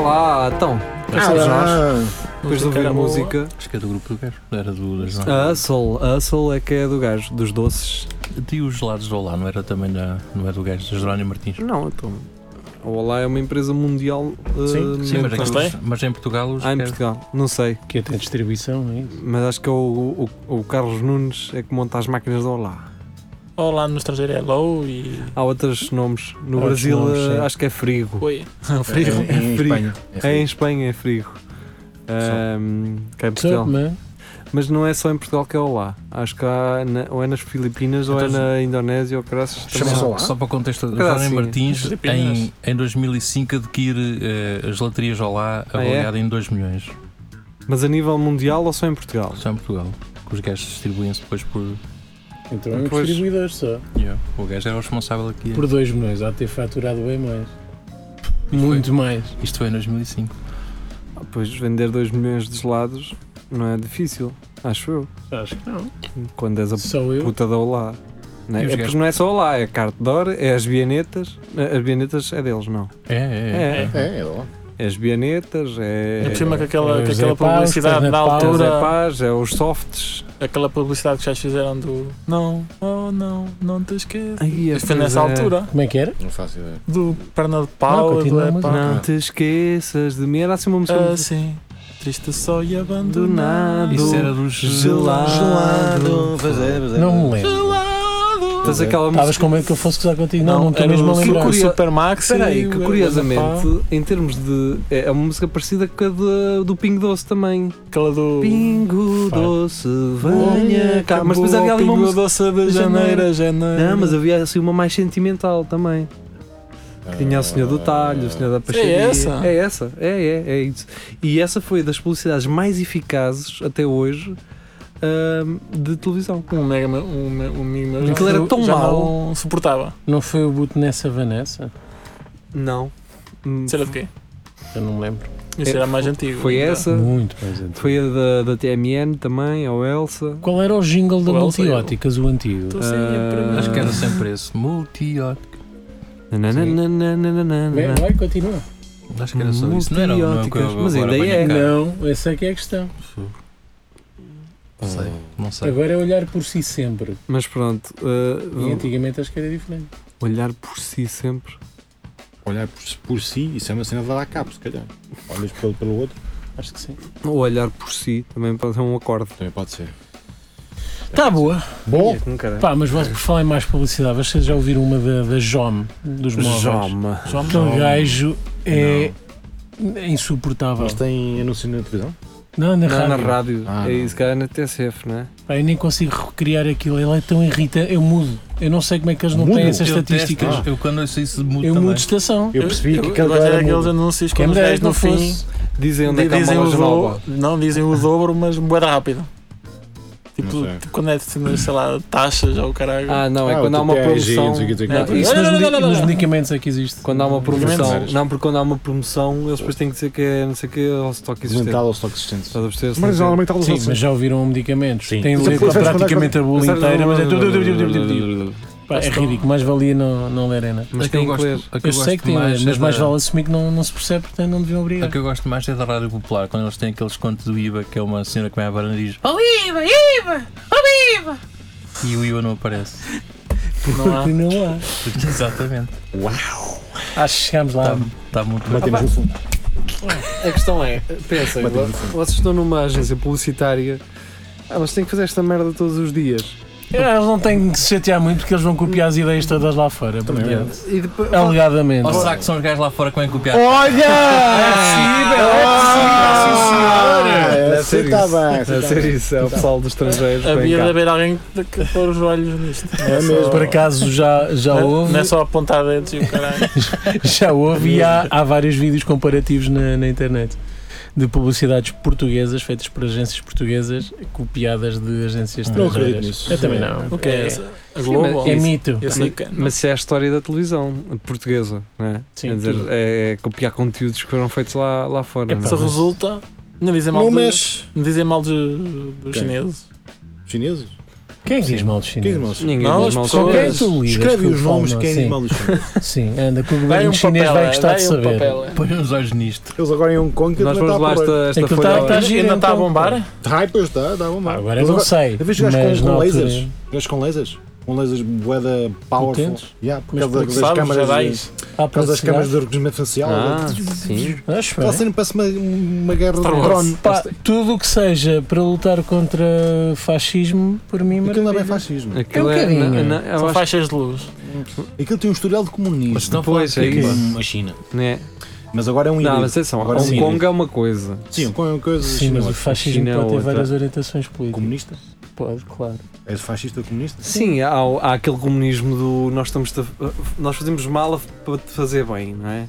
lá, então. cá Ah, somos nós. não. Depois de ouvir a música. Acho que é do grupo do gajo. Era do das A Hustle, a Hustle é que é do gajo, dos doces. E os gelados do Olá, não era também da. Não é do gajo, da Jerónimo Martins. Não, então. A Olá é uma empresa mundial. eh, Sim, Sim, mas, mental. aquilo- aqui, é? mas em Portugal os Ah, em gajos- Portugal, não sei. Que até distribuição, é isso? Mas acho que é o, o, o Carlos Nunes é que monta as máquinas da Olá. Ou lá no estrangeiro é low e. Há outros nomes. Há No outros Brasil nomes, eh, sim. acho que é frigo. Oi. Frio. É em frio. Espanha. É, em Espanha é frigo. Ahm, cá em Portugal. Mas, Mas não é só em Portugal que é Olá. Acho que há na- ou é nas Filipinas ou é Então, na Indonésia ou graças Chama-se Só, Olá. só para contexto, Cara, Jerónimo sim. Martins As Filipinas. em, em 2005 adquire eh, as laterias Olá Ah, é? avaliada em 2 milhões. Mas a nível mundial ou só em Portugal? Só em Portugal. Que os gajos distribuem-se depois por. então é um Pois. distribuidor só. Yeah. O gajo era o responsável aqui. Por 2 milhões, há de ter faturado bem mais. Muito mais. Isto foi em 2005. Ah, Pois vender 2 milhões de gelados não é difícil, acho eu. Acho que não. Quando és a Só eu. puta da Olá. Não E é? os É porque gajos? não é só Olá, é Cartedor, é as Bianetas. Eh, As Bianetas é deles, não. É, é, é. É. É, é lá. É as Bianetas, é. É por cima que aquela, é que Zé aquela Paz, publicidade Zé da Paz. é o Zé altura. Paz, é os softs. Aquela publicidade que já fizeram do. Não, oh não, não te esqueças. Ai, é, Foi pois nessa é. altura. Como é que era? Não faço ideia. Do perna de pau. Não, e continua a do música. epá. Não te esqueças de mim. Era assim uma música. muito- Assim, triste só e abandonado. Isso é- Do era dos. gelado. Gelado. Fazer, fazer. Não me lembro. Gelado. Tens aquela Estavas música. com medo que eu fosse gozar contigo. Não, não estou era mesmo a o lembrar. Super- Super Max. Espera aí, e que o- curiosamente, em termos de. É é uma música parecida com a de- do Pingo Doce também. Aquela do. Pingo Fala. Doce, venha cá. Mas depois havia ali uma música. doce janeiro de janeiro a a janeiro. Não, mas havia assim uma mais sentimental também. Que Tinha o Senhor do Talho, o Senhor da Peixaria. essa? É essa, é, é, é isso. E essa foi das publicidades mais eficazes até hoje hum, de televisão. um mega um, me- um amigo meu já- Aquilo era tão já mau. não suportava. Não foi o boot nessa Vanessa? Não. Hum, Isso era de quê? Eu não me lembro. Isso É, era mais antigo. Então, Foi essa, Muito mais antigo. foi a da, da TMN também, a Elsa. Qual era o jingle da Qual foi o- Multióticas, o antigo? Estou sempre Ah. Acho que era sempre esse. Multiótico. Bem, Nananana. Vai, continua. Acho que era só isso. Não era não é o que eu Multióticas, mas agora ainda é. venho cá. Não, essa é que é a questão. Não sei. Um, Não sei. Agora é olhar por si sempre. Mas pronto, uh, E antigamente acho que era diferente. olhar por si sempre. Olhar por, por si, isso é uma cena de dar cabo, se calhar. Olhas pelo, pelo outro, Acho que sim. O olhar por si também pode ser um acorde. também pode ser. Tá boa. Bom, Pá, mas vocês por falar em mais publicidade, vocês já ouviram uma da, da JOM, dos móveis? Joma. Aquele gajo é é insuportável. mas tem anúncio na televisão? Não, na Não, rádio. na rádio. Ah, é não. isso, cara, na TCF, não é? Pá, eu nem consigo recriar aquilo. Ele é tão irritante. Eu mudo. Eu não sei como é que eles não Mudo? têm essas Eu detesto- estatísticas. Eu quando ouço isso mudo Eu mudo também. de estação. Eu percebi que aquele era era aqueles mudo. é anúncios Quem quando me os dera gajos não no fim fosse. Dizem onde é que há uma dizem o loja dobro, nova. não dizem o dobro, mas muito rápido. Não Tipo, sei. tipo, quando é assim, sei lá, taxas ou caralho. Ah, não, é Ah, quando há o uma TPG, não promoção. sei o que, não sei o que. Não, Isso Não, nos, não, medi- não, não, não. nos medicamentos é que existe. Quando há uma promoção. Menos. Não, porque quando há uma promoção, eles depois têm que dizer que é não sei o que, ao estoque existente. Mental ou estoque existente. Estás a perceber? Mas é Sim. normalmente elas Sim, mas já ouviram medicamentos. Sim. Tem Sim, letra sim, sim. praticamente a bola Mas- inteira, mas é tudo. Pá, É ridículo. Mais valia não, não lerem, não. Mas A É que tem eu que gosto- ler. a que Eu eu sei gosto que tem, mais mas, é mas da- mais vale assumir que não, não se percebe, portanto não deviam A obrigar. que eu gosto mais é da Rádio Popular, quando eles têm aquele desconto do IVA, que é uma senhora que vem à barra e diz Oh IVA, IVA, oh IVA! E o IVA não aparece. não há. Porque não há. Exatamente. Acho que chegámos lá. Está muito bem. Batemos no fundo. A questão é, pensem, Bateu no vo- vocês estão numa agência publicitária, ah, mas têm que fazer esta merda todos os dias. É, Eles não têm de se chatear muito porque eles vão copiar as ideias todas lá fora. Também é portanto, E depois, Ah, Alegadamente. Ou Oh, será que são os gajos lá fora que vêm copiar? Olha! Ah, Deve É possível, sim, senhora! ser Você está isso. bem. você Deve está ser bem. isso, é o pessoal dos estrangeiros. vem Havia de cá. haver alguém que- que pôr os olhos nisto. É mesmo. Por acaso já, já Não é- houve, não é só apontar dentro e o caralho. já houve e há, há vários vídeos comparativos na, na internet de publicidades portuguesas feitas por agências portuguesas copiadas de agências Não estrangeiras. acredito nisso. Eu também não. O que é essa? A Sim, Globo? mas- É mito. Eu sei que. Mas isso é a história da televisão portuguesa, não é? Sim, Quer dizer, tudo. é, é copiar conteúdos que foram feitos lá, lá fora. É não Se resulta. Não dizem mal, Não de, mexe. não dizem mal de, dos Quem? chineses. Chineses? Quem é que diz mal dos Quem diz chineses? mal dos Ninguém Não, diz mal as sobre Com pessoas- quem eles. tu lidas? Escreve que os nomes de falam, quem é sim. diz mal dos chineses. Sim, anda que o Dá-lhe governo um chinês papel, vai é, gostar de dá-lhe um saber. papel, é. Põe os olhos nisto. Eles agora em Hong Kong aquilo Nós também vamos lá está a esta, esta Aquilo folha. está- agora. está- Ainda está a bombar? Ai, pois está, dá uma Pá, má. Agora Mas não sei. Eu vejo gajos mas com, na com altura- lasers. Gajos com lasers. Com lasers boeda powerful. Potentes? Yeah, por Mas causa porque das Sabes, câmaras de, Jedi's? Ah, por causa das câmaras de reconhecimento facial. Ah, sim. Acho bem. Está sendo parece uma, uma guerra de Star Wars. drone. Pá, tudo o que seja para lutar contra fascismo, por mim, Aquilo não é bem maravilha. fascismo. Aquilo É um é. bocadinho. na- na- eu São acho- faixas de luz. Aquilo tem um historial de Mas comunismo. estão a falar Pois, é de quê? isso. Uma China. né? Mas agora é um Não, híbrido. mas atenção, Agora Hong sim. Kong é uma coisa. Sim, com coisas Sim, mas o chinesas. fascismo China é pode ter outra. várias orientações políticas. Comunista? Pode, claro. És fascista comunista? Sim, há, há aquele comunismo do nós, estamos a- nós fazemos mal a- para te fazer bem, não é?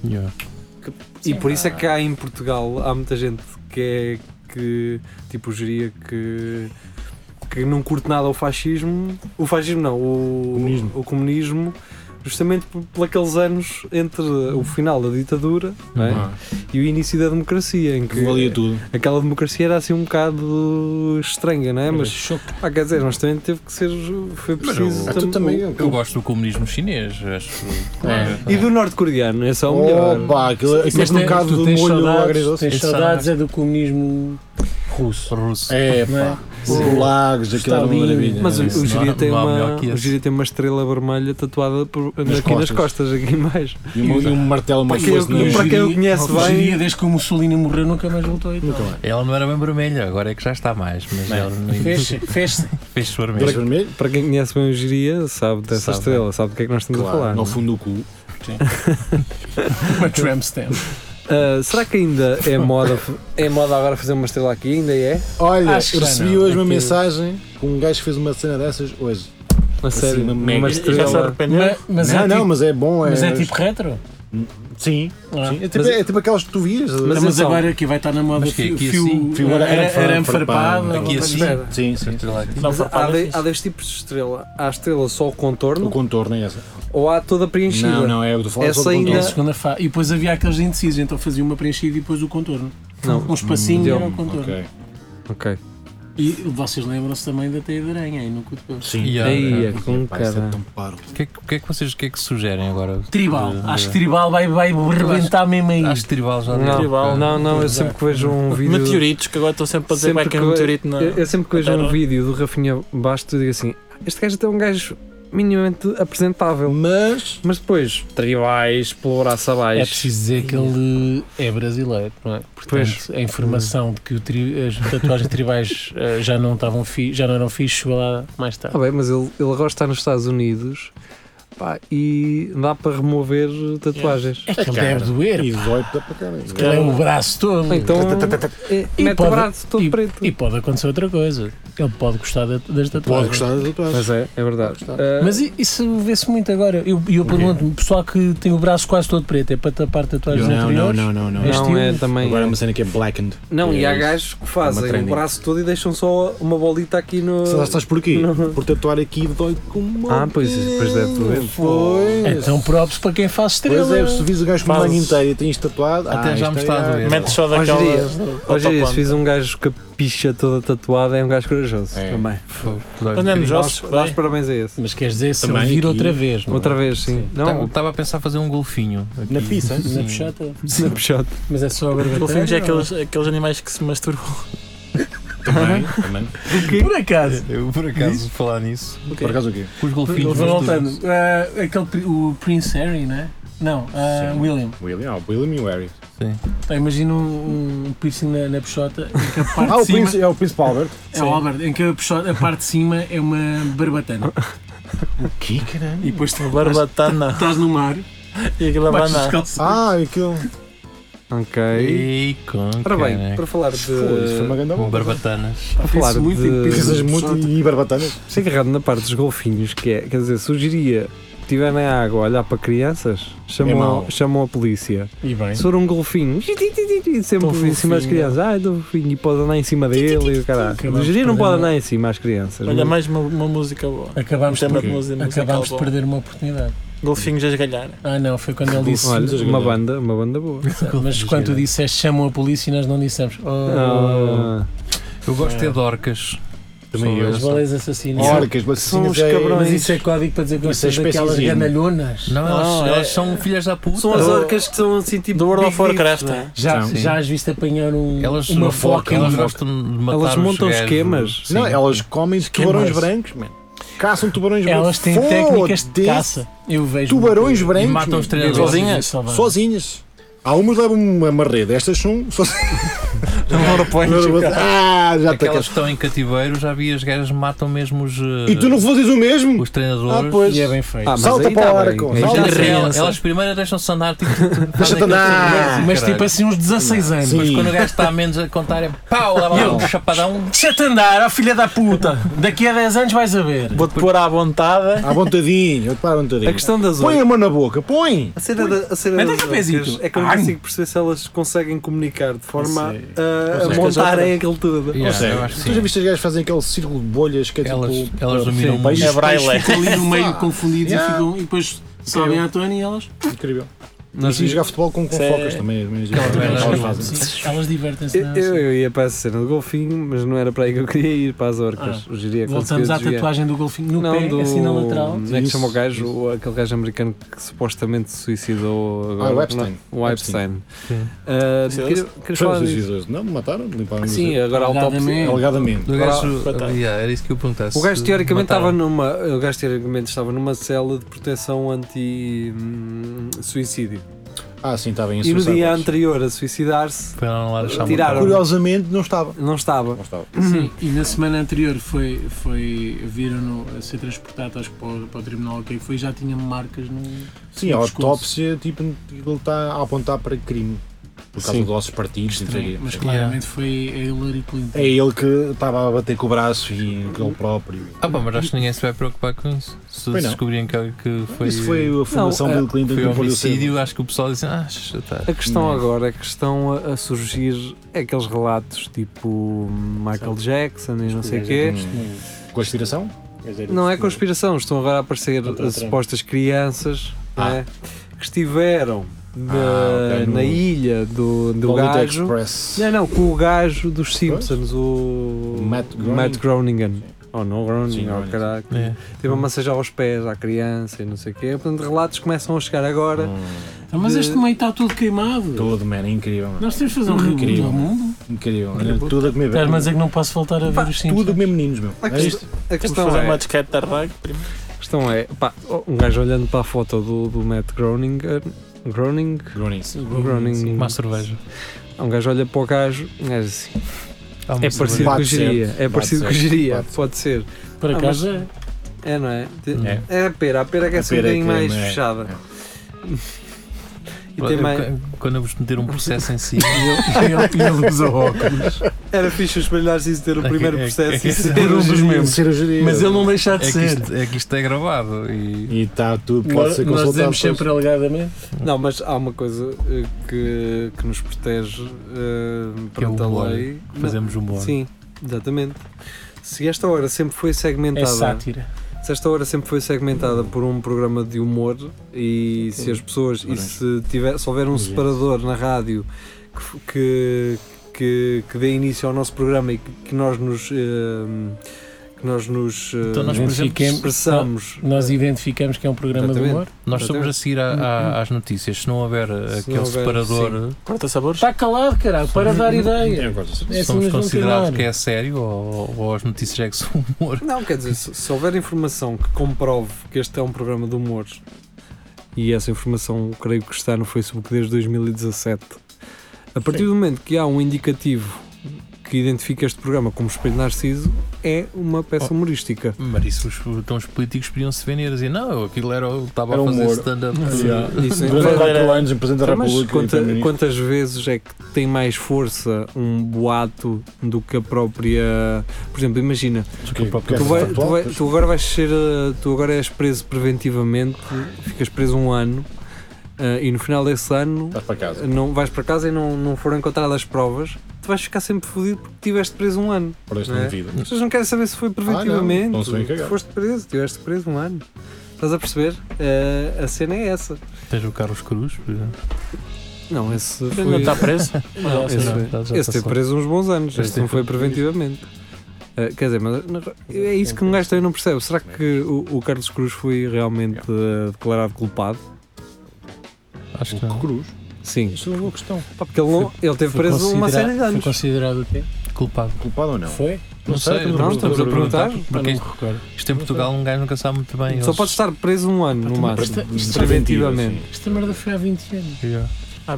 E por isso é que há em Portugal há muita gente que é que tipo geria que que não curte nada o fascismo, o fascismo não, o Comunismo. o comunismo justamente por, por aqueles anos entre o final da ditadura não Uhum. é? e o início da democracia em que valia tudo. aquela democracia era assim um bocado estranha, não é? Mas choque. ah, quer dizer, mas também teve que ser foi preciso Ah, tu tam- também. Eu gosto do comunismo chinês, acho. É. e do norte-coreano, esse é o melhor. Opa, aquele aquele Mas tem- bocado tu de tens molho saudades- agridoce. Tens saudades é do comunismo russo. Russo. É, pá. Os lagos, aquilo era uma Stalin. maravilha. Mas o, Isso o, não Giri há- tem não há uma, melhor que o esse. Giri tem uma estrela vermelhas tatuada por- aqui nas costas. costas, aqui mais. E um, e um martelo mais Para quem- forte na para quem o conhece Hoje em bem- dia, desde que o Mussolini morreu, nunca mais voltou a Itália. Ela não era bem vermelha, agora é que já está mais, mas ela no Fez, início fez fez Dragão vermelho. vermelho? Para quem conhece bem o Giria, sabe dessa Sabe. estrela, sabe do que é que nós estamos a falar. Claro, não no é? fundo do cu. uma tram stamp. Ah, será que ainda é moda, é moda agora fazer uma estrela aqui? Ainda é? Olha, Acho que eu já recebi não. hoje uma É que- mensagem com um gajo que fez uma cena dessas hoje. A sério, Assim, uma uma mega- E já se estrela. arrependeu? Ma- Mas, não, é não, tipo, mas é bom. É, mas é tipo retro? Sim, Ah. sim. É, tipo, Mas- é tipo aquelas que tu vias. Mas, Mas então- agora aqui vai estar na moda Mas que é fio, aqui fio, assim? Fio ara- ara- ara- arame farpado. farpado. Aqui assim? Sim, sim. Não, Mas é por há, acaso, de- isso. há dois tipos de estrela. Há a estrela só o contorno O contorno é essa. ou há toda preenchida? Não, não, é o que tu falas Essa só do É a contorno. ainda- segunda fa... E depois havia aqueles indecisos, então fazia uma preenchida e depois o contorno. Não. Um espacinho Deu. era o contorno. Ok. Ok. E vocês lembram-se também da teia de aranha aí no cu de pelo. Sim. E a- Aí é com Pá, isso é cara. tão parvo. O que, é que- o que é que vocês o que é que sugerem agora? Tribal. É, De- Acho que tribal vai, vai rebentar mesmo aí. Acho que tribal já deu. Não, não, não, eu sempre que vejo um vídeo. Meteoritos, que agora estou sempre a dizer como é que é um meteorito na. Eu, eu sempre que vejo na um Terra. vídeo do Rafinha Bastos, eu digo assim: "Ah, este gajo até é um gajo minimamente apresentável. Mas Mas depois, tribais, pelo braço abaixo. É preciso dizer que ele é brasileiro, não é? Pois. Portanto, a informação de que o tri- as tatuagens tribais eh, já não, estavam fi- já não eram fixas chegou lá mais Ah, tarde. bem, mas ele, ele agora está nos Estados Unidos pá, e dá para remover tatuagens. É que ele cara. deve doer, e dói para caralho. porque ele é o braço todo. Então, é, E mete pode- o braço todo e, preto. e pode acontecer outra coisa. Ele pode gostar da- das tatuagens. Pode gostar das tatuagens. Mas é, é verdade. Ah, Mas i- isso vê-se muito agora. Eu, eu pergunto-me, pessoal que tem o braço quase todo preto, é para tapar tatuagens anteriores? não, não. Este não é estilo- também. Agora é uma cena que é blackened. Não, e há É gajos que fazem o trending. braço todo e deixam só uma bolita aqui no. Se lá estás por aqui, Não. por tatuar aqui dói como. Ah, pois, pois deve doer. Pois. Então props para quem faz estrela. Pois é, se tu vis o gajo com o banho inteiro e tens tatuado. Até ah, já isto me é- está a doer. Metes só Hoje daquela. diria, hoje diria, se autoponta. fiz um gajo com a picha toda tatuada, é um gajo corajoso. É. Também. um Mas não é Dá os- nojoso, Dá os bem. parabéns a esse. Mas queres dizer, se Também ele vir aqui. outra vez, não é? Outra vez, sim. Tá Não, Estava a pensar fazer um golfinho. aqui. Na pizza? Sim. Na puxata. na pichote. Mas é só a Os barbatana. golfinhos é não? aqueles, aqueles animais que se masturbam. Também, também. Por acaso. Eu, por acaso, falar nisso, Por acaso o quê? com os golfinhos. Vou mas voltando. tudo. Ah, aquele, pri- o Prince Harry, não é? Não, ah, Sim. William. William, oh, William e o Harry. Então, imagina um, um piercing na, na puxota em que a parte Ah, o de cima Príncipe, é o Príncipe Albert. é o Albert, em que a, puxota, a parte de cima é uma barbatana. Que caramba. E depois tu Barbatana estás no mar, e aquela baixas banana. calças. Ah, aquilo. Ok. Ei, com Ora bem, caraca. para falar Foda-se, foi uma de. grande Com bomba. barbatanas. Para falar Penso muito em de. pizzas. Precisas muito e barbatanas. Fico errado na parte dos golfinhos, que é. Quer dizer, sugeria. Se estiver na água a olhar para crianças, chamam, É mau. chamam a polícia. E É. bem. Se for um golfinho, e sempre Tão em cima das fofinho. crianças. Ah, do golfinho, e pode andar em cima dele e o caralho. Acabamos O gerir não de pode perder andar em cima às crianças. Olha, mais uma, uma música boa. Um Acabámos de, tema de perder, música. acabámos de musical perder uma oportunidade. bom. Golfinhos a esgalhar. Ah não, foi quando ele disse. Olha, Sim, uma sim. banda, uma banda boa. Mas quando tu Oh. disseste chamam a polícia e nós não dissemos. Oh, Ah, Eu gosto de ter dorcas. Também Só eu. eu. Os balés assassinos. Orcas, São bacinas os cabrões. Mas isso é código para dizer que Isso é gostas daquelas especismo. ganalhonas. Não, Não, elas, é- elas são filhas da puta. São as orcas que são assim tipo. Do World big of Warcraft. dicks, não é? Já, Sim. já as viste apanhar um, Elas uma foca? elas um- gostam de matar Elas os montam gajos. esquemas. Sim. Não, elas comem tubarões mais? brancos, mano. Caçam tubarões brancos. Elas têm Foda-se. técnicas de caça. Eu vejo. Tubarões brancos. E matam os mano. treinadores. Sozinhas? Sozinhas. Sozinhas. Há umas levam uma marreda, estas são sozinhas. Não pões o cara. ah, já está Aquelas que estão em cativeiro, já vi as gajas matam mesmo os, eh, E tu não fazes o mesmo? os treinadores. pois. E é bem feio. Ah, mas Salta aí para o tá bem. arco. Mas Salta elas- para o elas, criança. elas primeiro deixam-te andar, tipo, tu- tu- Deixa-te fazem andar. aquele Ah, silêncio, mas caralho. tipo assim, uns 16 anos. Mas quando o gajo está a menos a contar, é pau, lá vai Eu- um chapadão. Deixa-te andar, ó filha da puta. Daqui a 10 anos vais a ver. Vou-te pôr à vontade. É À vontadinho, eu te paro à vontadinho. A questão é das Põe orcas. a mão na boca, põe! A cena, da, a cena Mete das aqui o pezinho. orcas é que eu não Ai. consigo perceber se elas conseguem comunicar de forma Não sei. Ah, a, a Não sei. montarem aquilo tudo. Yeah, é Sério? eu acho que tu já sim. viste as gajas fazem aquele círculo de bolhas que é Elas, tipo. elas dominam Sim, muito. pais- É braille. Ficam ali no meio confundidos Yeah. e, ficam, e depois sobem à tona e elas. Incrível. Nós- Mas sim, jogar futebol com, com Isso é- focas também. Mas, Também elas não. fazem. Sim, Elas divertem-se. é Eu, não é? eu- eu ia para essa cena do golfinho, mas não era para aí que eu queria ir para as orcas. O Jiri é que Voltamos conseguiu à desviar. tatuagem do golfinho no Não, pé, do. assim na lateral. Como é que Isso, chama o gajo? O- Aquele gajo americano que supostamente se suicidou agora. Ah, o Epstein. Não, o Epstein. Ah, Sim. queria- queria falar Foi, disso. os Não, mataram, limparam Sim, agora a Alegadamente. autópsia. Alegadamente. Do gajo- Coitado. yeah, era isso que eu perguntasse. O gajo teoricamente Mataram. estava numa. O gajo teoricamente estava numa cela de proteção anti-suicídio. Ah, sim, está E bem. no suicide dia watch. anterior a suicidar-se, Foi lá lá deixar Tiraram. matar. Curiosamente, não estava. não estava. Não estava. Sim, e na semana anterior foi, foi viram-no a ser transportado acho, que para, o, para o tribunal, o que é que foi, já tinha marcas no. Sim, a no pescoço. autópsia, tipo, ele está a apontar para crime. Por causa Sim. dos ossos partidos e não sei o quê. Estranho, mas claramente foi a Hillary Clinton. É ele que estava a bater com o braço e com ele próprio. Ah, pá, mas acho que ninguém se vai preocupar com isso. Se Pois não. descobrirem que, que foi, Isso foi a fundação Não, é, Bill Clinton foi que encolheu homicídio, cedo. acho que o pessoal disse, ah, chatar. A questão Não. agora, a questão a, a surgir é aqueles relatos tipo Michael Jackson e não sei o quê. Hum. Conspiração? Não é conspiração, estão agora a aparecer Contra as Trump. supostas crianças Ah. né, que estiveram na, Ah, ok, no- na ilha do, do Holiday gajo. Express. Não, é não, com o gajo dos Simpsons, o Matt Groening. Matt Groeningen. Sim. Ou não, Sim, Groening, ou Groening, caraca. É. Teve uma massagem aos pés à criança e não sei o quê. Portanto, relatos começam a chegar agora. Hum, Ah, mas de- este meio está todo queimado. Todo, man, é incrível. mano. Nós temos de fazer um reboot Incrível. ao mundo. Incrível. Olha, Tudo a comer bem. Estás-me a dizer é que não posso voltar a ver os Simpsons? Tudo a comer meninos, meu. Ah, que É isto? A Tens de questão fazer é, uma disquete da rádio. primeiro. a questão é pá, um gajo olhando para a foto do, do Matt Groeninger. Groening? Groening. Groening. Má cerveja. Um gajo olha para o gajo, um gajo assim. Há uma É parecido cerveja. com o Pode ser. geria. É Pode parecido ser. com o geria. Pode ser. Por ser. Por Ah, acaso é. É, não é? Te- É. É a pera. A pera que é A assim um pera é bocadinho que é, mais é. fechada. E tem Eu- mais. Quando eu vos meter um processo em é si, E ele- e ele usa óculos. Era fixe espelhar-se e ter o É que- primeiro é que- é processo que e esse é ser um dos mesmos. Ser o geria. Mas ele não deixa de é que, ser. isto, é que isto é gravado. E E está tudo, pode Nós, ser nós consultado. dizemos sempre alegadamente. Não, mas há uma coisa eh, que, que nos protege eh, Que é o perante a humor. lei. fazemos um Não, bom. Sim, exatamente. Se esta hora sempre foi É segmentada, sátira. se esta hora sempre foi segmentada por um programa de humor e se as pessoas e se tiver, se houver um separador na rádio que f- que, que, que dê início ao nosso programa e que, que nós nos eh, que nós nos eh, Então nós, por exemplo, Identifiquemos- expressamos Nós identificamos que é um programa Exatamente. Uhum. de humor. nós somos a seguir à- à- às notícias. Se não houver uh, Se aquele não houver, separador, Corta sabores. Está Tá calado, caralho, para dar ideia. É assim, somos mas vão considerados tirar. que é sério ou, ou as notícias é que são humor. Não, quer dizer, se, se houver informação que comprove que este é um programa de humor e essa informação creio que está no Facebook desde 2017, a partir do momento que há um indicativo que identifica este programa como Espelho Narciso, é uma peça Oh. humorística. Mas isso os, então os políticos podiam se vender e dizer, não, aquilo era, eu estava Era a fazer humor." stand-up. Yeah. Isso é Durante verdade. quatro anos, em Presidente da Então, mas República. e quanta- Primeiro-Ministro. quantas vezes é que tem mais força um boato do que a própria. Por exemplo, imagina, Que- que- Tu, vai- tu vai- Pois. tu agora vais ser. uh, Tu agora és preso preventivamente, ficas preso um ano uh, e no final desse ano Estás para casa. uh, não, vais para casa e não, não foram encontradas provas, tu vais ficar sempre fodido porque estiveste preso um ano. Perdeste não é? uma vida. As pessoas não querem saber se foi preventivamente. não se vem tu cagar. foste preso, estiveste preso um ano. Estás a perceber? Uh, a cena é essa. Tens o Carlos Cruz, por exemplo. Não, tá esse Ele Não foi. está preso. Não, esse, não, já- já esse teve passou. preso uns bons anos, Mas este não teve- foi preventivamente. Ah, quer dizer, mas na- é isso que um gajo também não percebe. Será que o, o Carlos Cruz foi realmente ah, declarado culpado? Acho que não. Cruz. Sim. Isso é uma boa questão. Pá, Porque ele, não, ele teve Foi preso uma considera- série de Foi anos. considerado o quê? Culpado. Culpado ou não? Foi? Não sei, estamos não, a estamos a perguntar. perguntar. Tá, Ah, não Porque me recordo. isto em Portugal um gajo nunca sabe muito bem. Só pode estar preso um ano no também máximo. presta- isto Preventivamente. Esta merda foi há 20 anos. estar.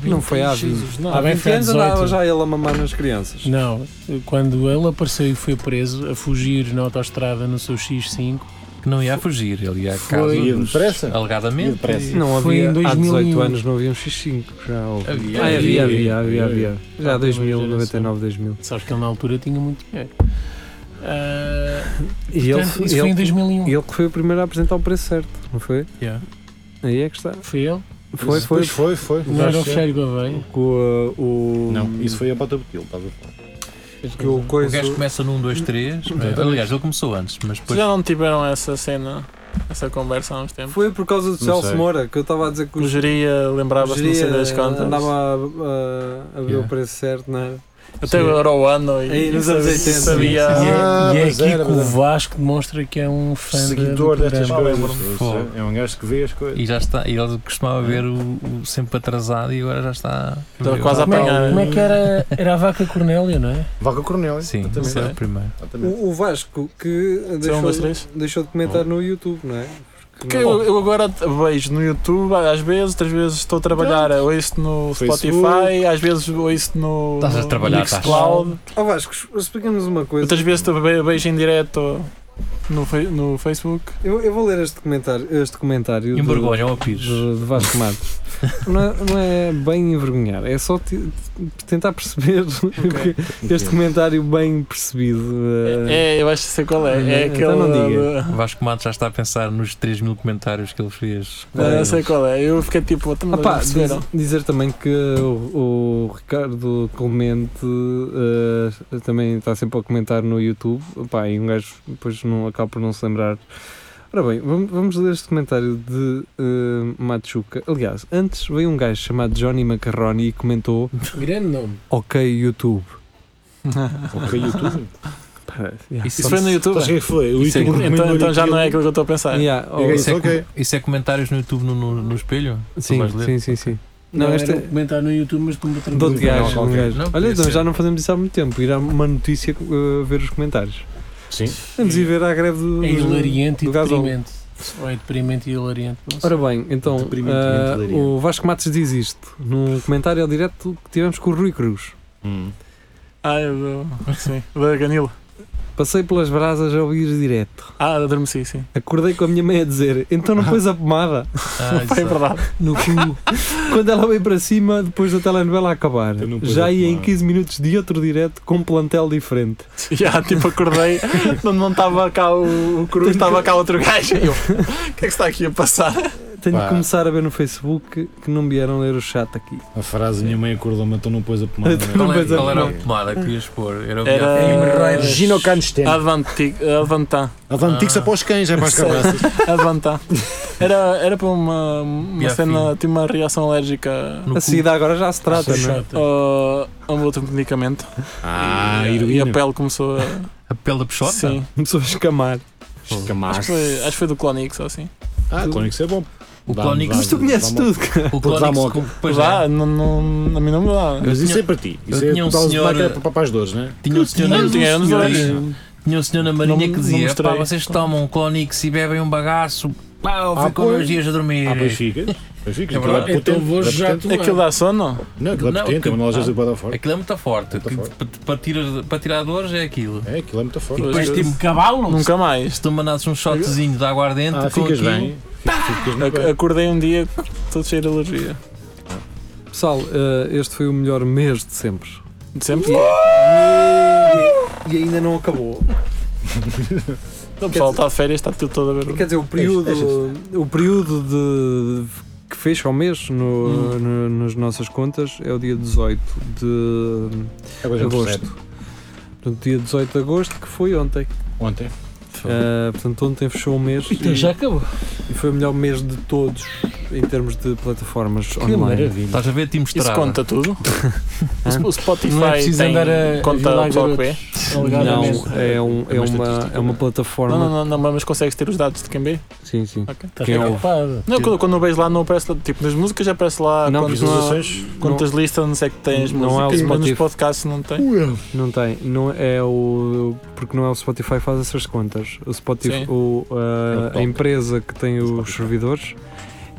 Não foi há 20. Não, Ah, Há bem 20 foi há anos andava 18. já ele a mamar nas crianças. Não, quando ele apareceu e foi preso a fugir na autoestrada no seu X5, Que não ia fugir, ele ia à Foi- casa. Ia dos- depressa. Alegadamente. Ia depressa. Não Foi havia, em há 18 2001. anos não havia um X5. Já houve. Havia, Ah, havia, havia, havia, havia, havia. Já Ah, 2000, também já 99, 2000. sabes que ele na altura tinha muito dinheiro. Ah, E ele, portanto, isso foi em ele, 2001. ele que foi o primeiro a apresentar o preço certo, não foi? Yeah. Aí é que está. Foi ele? Foi, Isso foi. depois Foi, foi. Não era o Acho que- Fecheiro Gouveia? Com uh, o. Não, isso foi a bota botil, estás a falar. Que o O coisa. gajo começa num, dois, três. é? Aliás, ele começou antes, mas Vocês depois. já não tiveram essa cena, essa conversa há uns tempos? Foi por causa do Não Celso sei. Moura que eu estava a dizer que O o geria lembrava-se não sei geria das contas. andava a, a, a ver o Yeah. preço certo, não é? era? Até era o ano e, Aí, nos e anos 80, sabia. E é, Ah, e é mas aqui era, que o verdade. Vasco demonstra que é um fã de- Seguidor do destas programa. coisas. Fogo. É um gajo que vê as coisas. E já está. E ele costumava ver o, o sempre atrasado e agora já está. Estava quase a Como é, apanhar. como é que era? Era a vaca Cornélia, não é? Vaca Coronel. Sim, exatamente. esse era o primeiro. Exatamente. O, o Vasco que São um, dois, deixou, três. deixou de comentar no YouTube, não é? Porque eu, eu agora vejo no YouTube, às vezes, outras vezes estou a trabalhar, ouço no Facebook. Spotify, às vezes ouço no, Estás a no trabalhar, Mixcloud, Ó Oh, Vasco, explica-nos uma coisa. outras vezes também vejo em direto no, fe- no Facebook. Eu, eu vou ler este comentário. Este comentário E um do- vergonha, um pires. de, de Vasco Matos. não, é, não é bem envergonhar, é só te- te- tentar perceber este comentário bem percebido. eh, É, eu acho que sei qual é. É aquele. Então não diga. de- Vasco Matos já está a pensar nos 3 mil comentários que ele fez. É, eu sei qual é. Eu fiquei tipo, "Então, mas Ah pá, não diz- perceberam. dizer também que o, o Ricardo Clemente eh, também está sempre a comentar no YouTube pá, e um gajo depois não, acaba por não se lembrar. Ora bem, vamos, vamos ler este comentário de eh, Machuca. Aliás, antes veio um gajo chamado Johnny Macaroni e comentou Grande nome. Ok YouTube. Ok, YouTube. Pá, Isso foi no YouTube? Estás a ver que foi? O Isso é- YouTube Então, recomendou-lhe então já não é aquilo. aquilo que eu estou a pensar. Yeah, oh, Eu Isso é, Ok. com- isso é comentários no YouTube no, no, no espelho? Sim, vais ler? sim, sim, sim. Não, Não, este era um é- comentário no YouTube, mas como outro De outro nome. gajo, Não, um gajo. não, Olha, podia então, ser. já não fazemos isso há muito tempo. Ir a uma notícia uh, ver os comentários. Sim. Vamos ir ver a greve do. É hilariante e do gasol. deprimente. Ou é deprimente e hilariante. não sei. Ora bem, então Deprimente, uh, hilariante. o Vasco Matos diz isto num comentário ao direto que tivemos com o Rui Cruz. Hum. Ah, eu do. Sim. Da Ganilo. Passei pelas brasas a ouvir direto. Ah, adormeci, sim. Acordei com a minha mãe a dizer: então não pôs a pomada Ah, isso Foi é. verdade. no cu. Quando ela veio para cima, depois da telenovela acabar. Então não pôs Já a ia em pomada. 15 minutos de outro direto com um plantel diferente. Já, tipo, acordei, não- não estava cá o, o Cruz, estava cá outro gajo. E eu, o que é que está aqui a passar? Tenho Pá. que começar a ver no Facebook que não vieram ler o chat aqui. A frase minha mãe acordou-me, então não pôs a pomada. Então Qual, não é, vais a- qual era a não. pomada que ias pôr? Era o Era- Viagra? Hemorroides. Ginocansten. Advanti- Advantan. Avantiques Ah. após cães, é para as cabeças. Advantan. Era, era para uma, uma Piafinho. cena, tinha uma reação alérgica No A cu. saída agora já se trata, não é? Xoxota. ao- a um outro medicamento. Ah, e, e a pele começou a. A pele da peixota? Sim. Começou a escamar. Acho que, foi, acho que foi do Clonix ou assim. Ah, Clonix é bom. O Dá- Clonix. dá- Mas tu conheces dá-me- tudo, cara. O Porque dá Clonix. moca. com- Pois Lá, é. não, não, a mim não me dá. Mas Eu isso tinha- é para ti. eu Isso é tinha um para os senhor- para, para, para as dores, né? Tinha um senhor Não, não na- tinha anos senhores. dois. Tinha um senhor na Marinha Não- que não dizia: mostrei. pá, vocês tomam um Clonix e bebem um bagaço, pá, eu Ah, fico dois pois. dias a dormir. Ah, pois ficas. Pois ficas. É Aquilo verdade. potente, Então vou aquilo é já potente. tomar. Aquilo dá sono? Não, aquilo é Não, potente, é uma aquilo- loja de bada forte. Aquilo é muito forte. Muito que- forte. pa- Para tirar, para tirar dores é aquilo. É, aquilo é muito forte. Pois. Depois, tipo, cavalo? Nunca mais. se tu manasses um shotzinho de aguardente, Ah, com ficas aquilo, bem. Ficas muito Ac- bem. Acordei um dia todo cheio de alergia. Pessoal, eh, este foi o melhor mês de sempre. De sempre. E ainda não acabou. O pessoal está de férias, está tudo todo a ver. Quer dizer, o período, o período de, que fecha o mês no, no- nas nossas contas é o dia 18 de Agora já me percebe. agosto. Portanto, dia 18 de agosto, que foi ontem. Ontem. Eh, portanto, ontem fechou o mês. Então e- já acabou. E foi o melhor mês de todos. em termos de plataformas Que online. maravilha. Estás a ver, te Isso mostrar. conta tudo? o Spotify Não é preciso tem andar a- a conta vilar para o que é? garotos. Não, Alegadamente. é, um, é, Uma uma, estatística, é uma não. plataforma. Não, não, não, não, mas consegues ter os dados de quem vê? Sim, sim. Estás Quem ouve? preocupado. Tipo, Não, quando, quando o vejo lá não aparece, lá, tipo, nas músicas já aparece lá Tipo- Não, quantas, visualizações? quantas listas, não sei que tens Não é o músicas, mas nos Spotify. podcasts não tem. Não tem, não é o porque não é o Spotify que faz essas contas. O Spotify, Sim. o, uh, É o a toque. empresa que tem os Spotify. servidores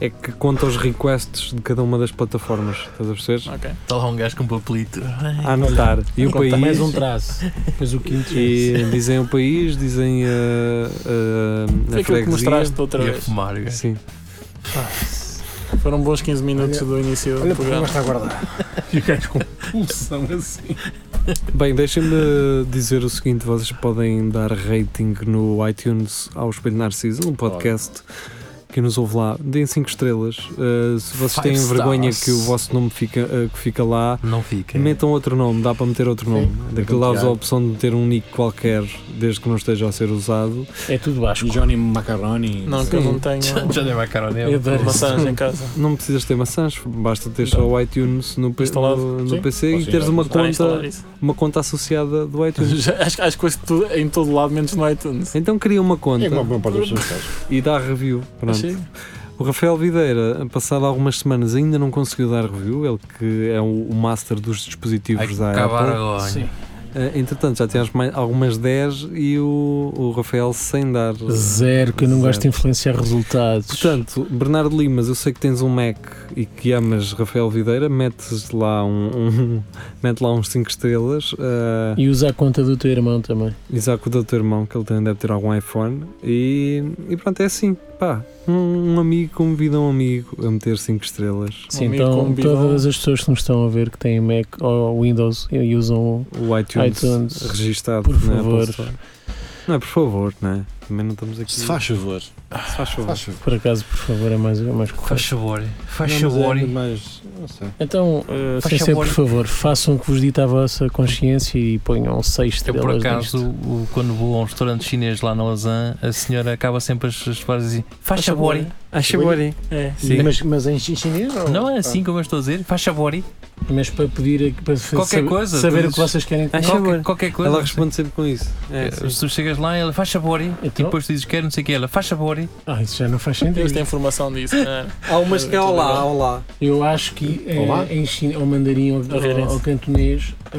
é que conta os requests de cada uma das plataformas, estás a perceber? Ok. Está lá um gajo com um papelito. A anotar e o Conta país Mais um traço. Depois o quinto. e dizem o país, dizem a, a, Foi a aquilo que freguesia. mostraste outra E a vez. fumar, gajo. Sim. Foram bons 15 minutos do início Olha para do como programa. está a guardar. E o gajo com pulsão assim. Bem, deixem-me dizer o seguinte: vocês podem dar rating no iTunes ao Espelho Narciso, um podcast que nos ouve lá. Deem 5 estrelas. Uh, se vocês Five têm vergonha stars. que o vosso nome fica, uh, que fica lá, Não fica. metam outro nome. Dá para meter outro nome. Daquilo lá a opção de meter um nick qualquer, desde que não esteja a ser usado. É tudo baixo. Johnny Macaroni. Não, que eu Sim. não tenho Já deu a cara Eu adoro maçãs em casa. Não precisas ter maçãs, basta ter só o iTunes no, P- Instalado, no- no sim. PC e Posso teres ir uma Está a instalar conta, isso. uma conta associada do iTunes. Já- Acho, acho que isso tudo, em todo lado, menos no iTunes. Então cria uma É conta como a maior parte das pessoas faz. e dá review. Pronto. Achei. O Rafael Videira, passado algumas semanas, ainda não conseguiu dar review, ele que é o, o master dos dispositivos da Acabar Apple. agora. Sim. Eh, entretanto, já temos mais, algumas 10 e o, o Rafael sem dar. Tipo, Zero, que eu não gosto de influenciar resultados. Portanto, Bernardo Limas, eu sei que tens um Mac e que amas Rafael Videira, metes lá, um, um- mete lá uns 5 estrelas. eh, e usa a conta do teu irmão também. um Isaac com o do teu irmão, que ele também deve ter algum iPhone. E, e pronto, é assim. Pá, um, um amigo convida um amigo a meter 5 estrelas. Sim, amigo um então combina. todas as pessoas que nos estão a ver que têm Mac ou Windows e usam um. O iTunes, iTunes, registado por na Apple favor. Store. Não é por favor, não é? Também não estamos aqui. Se faz favor. Se Se faz favor. faz favor. por acaso, por favor, é mais, é mais Faz correto. favor. Faz Não, mas é favor. muito mais- não sei. Então, eh, Faz sem ser, favor. por favor, façam o que vos dita a vossa consciência e ponham seis Eu, estrelas. por nisto. acaso, o- quando vou a um restaurante chinês lá na Lausanne, a senhora acaba sempre as as frases assim: Faz Faz favor. favor. Faz favor. É. Sim. Mas, mas em chi- chinês? ou- Ah. Não é assim como eu estou a dizer? Faz favor. Mas para pedir, a- para Qualquer saber, coisa, saber tu o que vocês querem comer. Faz Qualquer, favor. qualquer coisa. Ela responde sempre com isso. É, É, sim. tu chegas lá e ela faz sabor e Então? depois tu dizes quer não sei o que ela faz sabor e Ah, isso já não faz sentido. Deus tem informação disso. né? Há umas que é olá, olá. Eu acho que eh, Olá. em China, ao mandarim ou A ver ao, isso. ao cantonês, eh,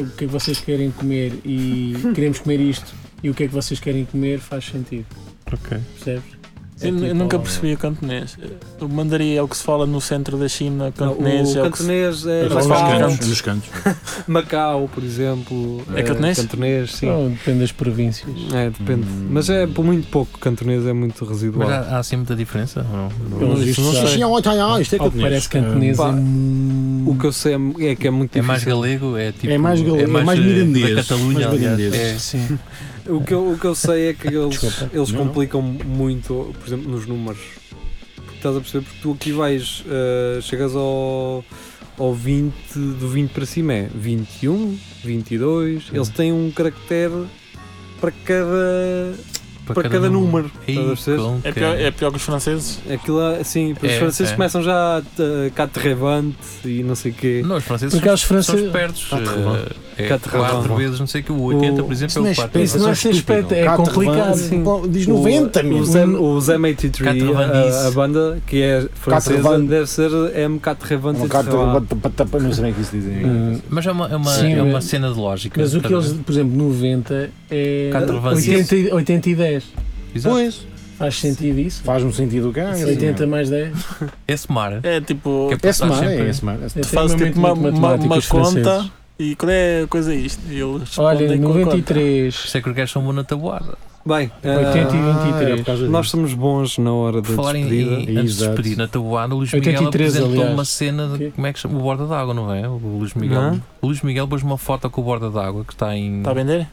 o que é que vocês querem comer e queremos comer isto e o que é que vocês querem comer faz sentido. Ok. Percebes? É Eu, eu tipo, nunca ó, percebi o cantonês. O mandarim é o que se fala no centro da China, Não, cantonês o é o que se... cantonês é Eu falo Mas nos fala- Macau, cantos, nos cantos. Macau, por exemplo. eh, É cantonês? Cantonês, sim. Não, depende das províncias. É, depende. Hum. Mas é por muito pouco. Cantonês é muito Mas residual. há, há assim muita diferença? ou não? É Pelos isso vistos, não há- sei. Xinhão, ai, ai, ai, Isto é Ao que cantonês. um- parece cantonês Pá, é mu- O que eu sei é, é que é muito É mais difícil. galego, é tipo. É mais galego, é mais eh, mirandês, Da Catalunha, mais aliás. mirandês. É. Sim. O que, eu, o que eu sei é que eles, Desculpa. eles Não, não. complicam muito, por exemplo, nos números. Porque estás a perceber? Porque tu aqui vais, eh, chegas ao, ao 20, do 20 para cima é 21, 22. Eles têm um caractere para cada, para cada, número. Estás a perceber? um. com um. É que- pior, é pior que os franceses? Aquilo é assim, os É, franceses é. começam já a uh, caterrevante e não sei o quê. Não, os franceses Porque são, aos franceses- são espertos. Tá terrível. eh, é Tá terrível. quatro vezes, não sei o que, o 80, O- por exemplo, Isso não é é o 4. espécie, não é Vocês estúpido. espetam, é Catra complicado. Van, Sim. pô, Diz 90 o, o Hum. mesmo. Zem, o Zem 83, Caterrevandice. a, a banda que é francesa, Caterrevan- deve ser M. Caterrevante. é Uma carta para- para- para- para- não sei bem o que isso diz. em inglês. Hum, Mas é uma, é uma, Sim, é uma mas- cena de lógica. Mas o que estás a eles, por exemplo, 90 é Quatro avanços. 80, e- 80 e 10. ver? Exato. Pois, Faz sentido isso? faz-me um sentido o que há. 80 mais 10? Esse mar. É tipo, que é É para estar semana, sempre- é semana. Eu fazes tenho tipo um uma- momento de uma- matemáticas uma conta. franceses. e qual é a coisa isto? E eles Olha, respondem com a conta. 93. Sei é que os gajos são bons na tabuada. Bem, ah, 80 e 23. Uhum. Nós somos bons na hora Por da falar em, despedida. em antes de Exato. despedir na tabuada, o Luís Miguel 83, apresentou aliás. uma cena de, Ok. como é que chama? O borda d'água, não é? O Luís Miguel. Não. O Luís Miguel pôs uma foto com o borda d'água que está em. Está Tá a vender?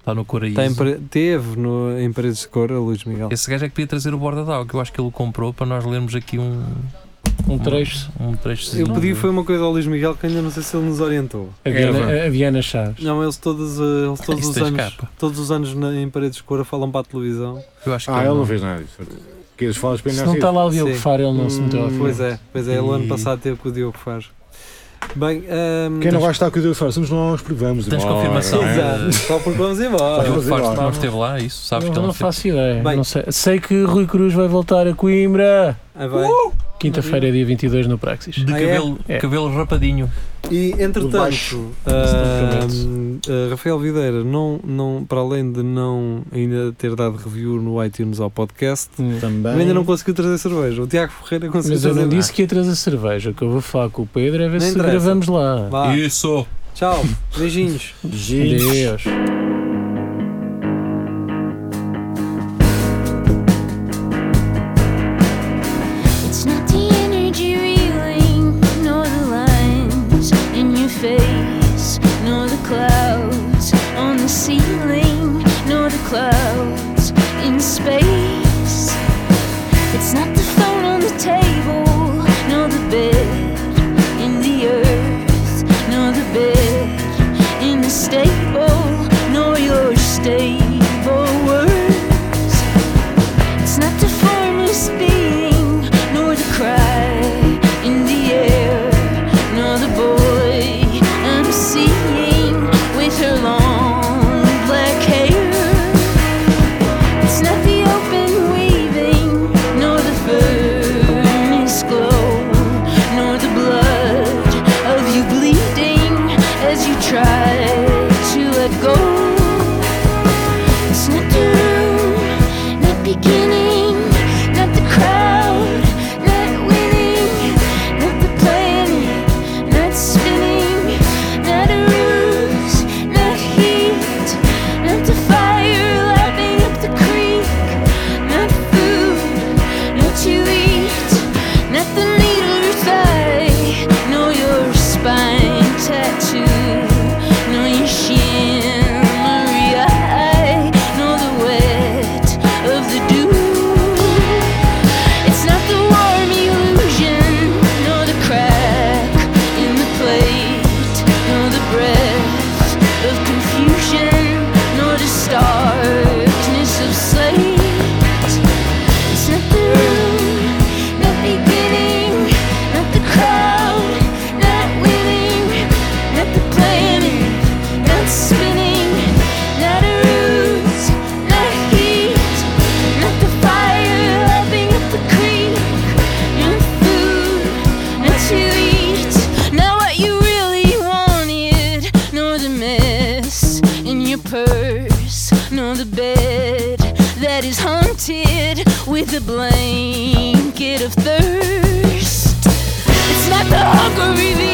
está no Coraíso. Tem Tá pre- Teve no, em Paredes de Cor a Luís Miguel. Esse gajo é que queria trazer o borda d'água, que eu acho que ele o comprou para nós lermos aqui um. Um trecho. Um trecho. Eu pedi foi uma coisa ao Luís Miguel que ainda não sei se ele nos orientou. É A Viana, a Viana Chaves. Não, eles todos, eh, eles todos Ah, Isso os tem anos, escapa. todos os anos na- em Paredes de Cor falam para a televisão. Eu acho que Ah, ele ele não não. fez nada disso. Que eles falam Se espanhol. não está lá o Diogo Sim. Faro, ele não se meteu à Hum, frente. Pois é, pois é, ele E- ano passado teve com o Diogo Faro. Bem, hum, Quem não gosta de estar com o Diogo Faro? Somos nós, porque vamos. Tens embora. é? confirmação. Exato, só porque vamos embora. Diogo vamos Faro embora. que não esteve lá, é isso? Sabes Eu que ele não não esteve faço ideia. Bem. Não sei. sei que Rui Cruz vai voltar a Coimbra. Ah, bem. Hum. Quinta-feira, dia 22, no Praxis. de Ah, é? cabelo, É. cabelo rapadinho. E entretanto, baixo. ah, Se ah, Rafael Videira, não, não, para além de não ainda ter dado review no iTunes ao podcast, Também. ainda não conseguiu trazer cerveja. O Tiago Ferreira conseguiu Mas eu trazer. não disse que ia trazer cerveja. O que eu vou falar com o Pedro é ver Não se interessa. gravamos lá. Vá, Isso! tchau, beijinhos. Gente. Deus. It's not the energy reeling, nor the lines in your face, nor the clouds on the ceiling, nor the clouds in space. It's not the phone on the table, nor the bed in the earth, nor the bed in the stable, nor your stable words. It's not the formless being, nor the cry in the air, nor the boy I'm seeing with her long black hair. It's not the open weaving, nor the furnace glow, nor the blood of you bleeding as you try to let go. It's not the room, not beginning, not the crowd, not winning, not the planet, not spinning, not a ruse, not heat, not the fire lapping up the creek, not food, not you eat, not the needle your thigh, nor your spine tattoo, nor your shimmery eye, nor the wet of the dew. It's not the warm illusion, nor the crack in the plate, nor the breath of confusion, nor the starkness of slate. It's not the room, not beginning, not the crowd, not winning, not the planet, not spinning, not a ruse, not heat, not the fire lapping up the creek, not food, not to eat, not what you really wanted, nor the mess in your purse, nor the bed that is haunted with a blanket of thirst. It's not the hunger revealed.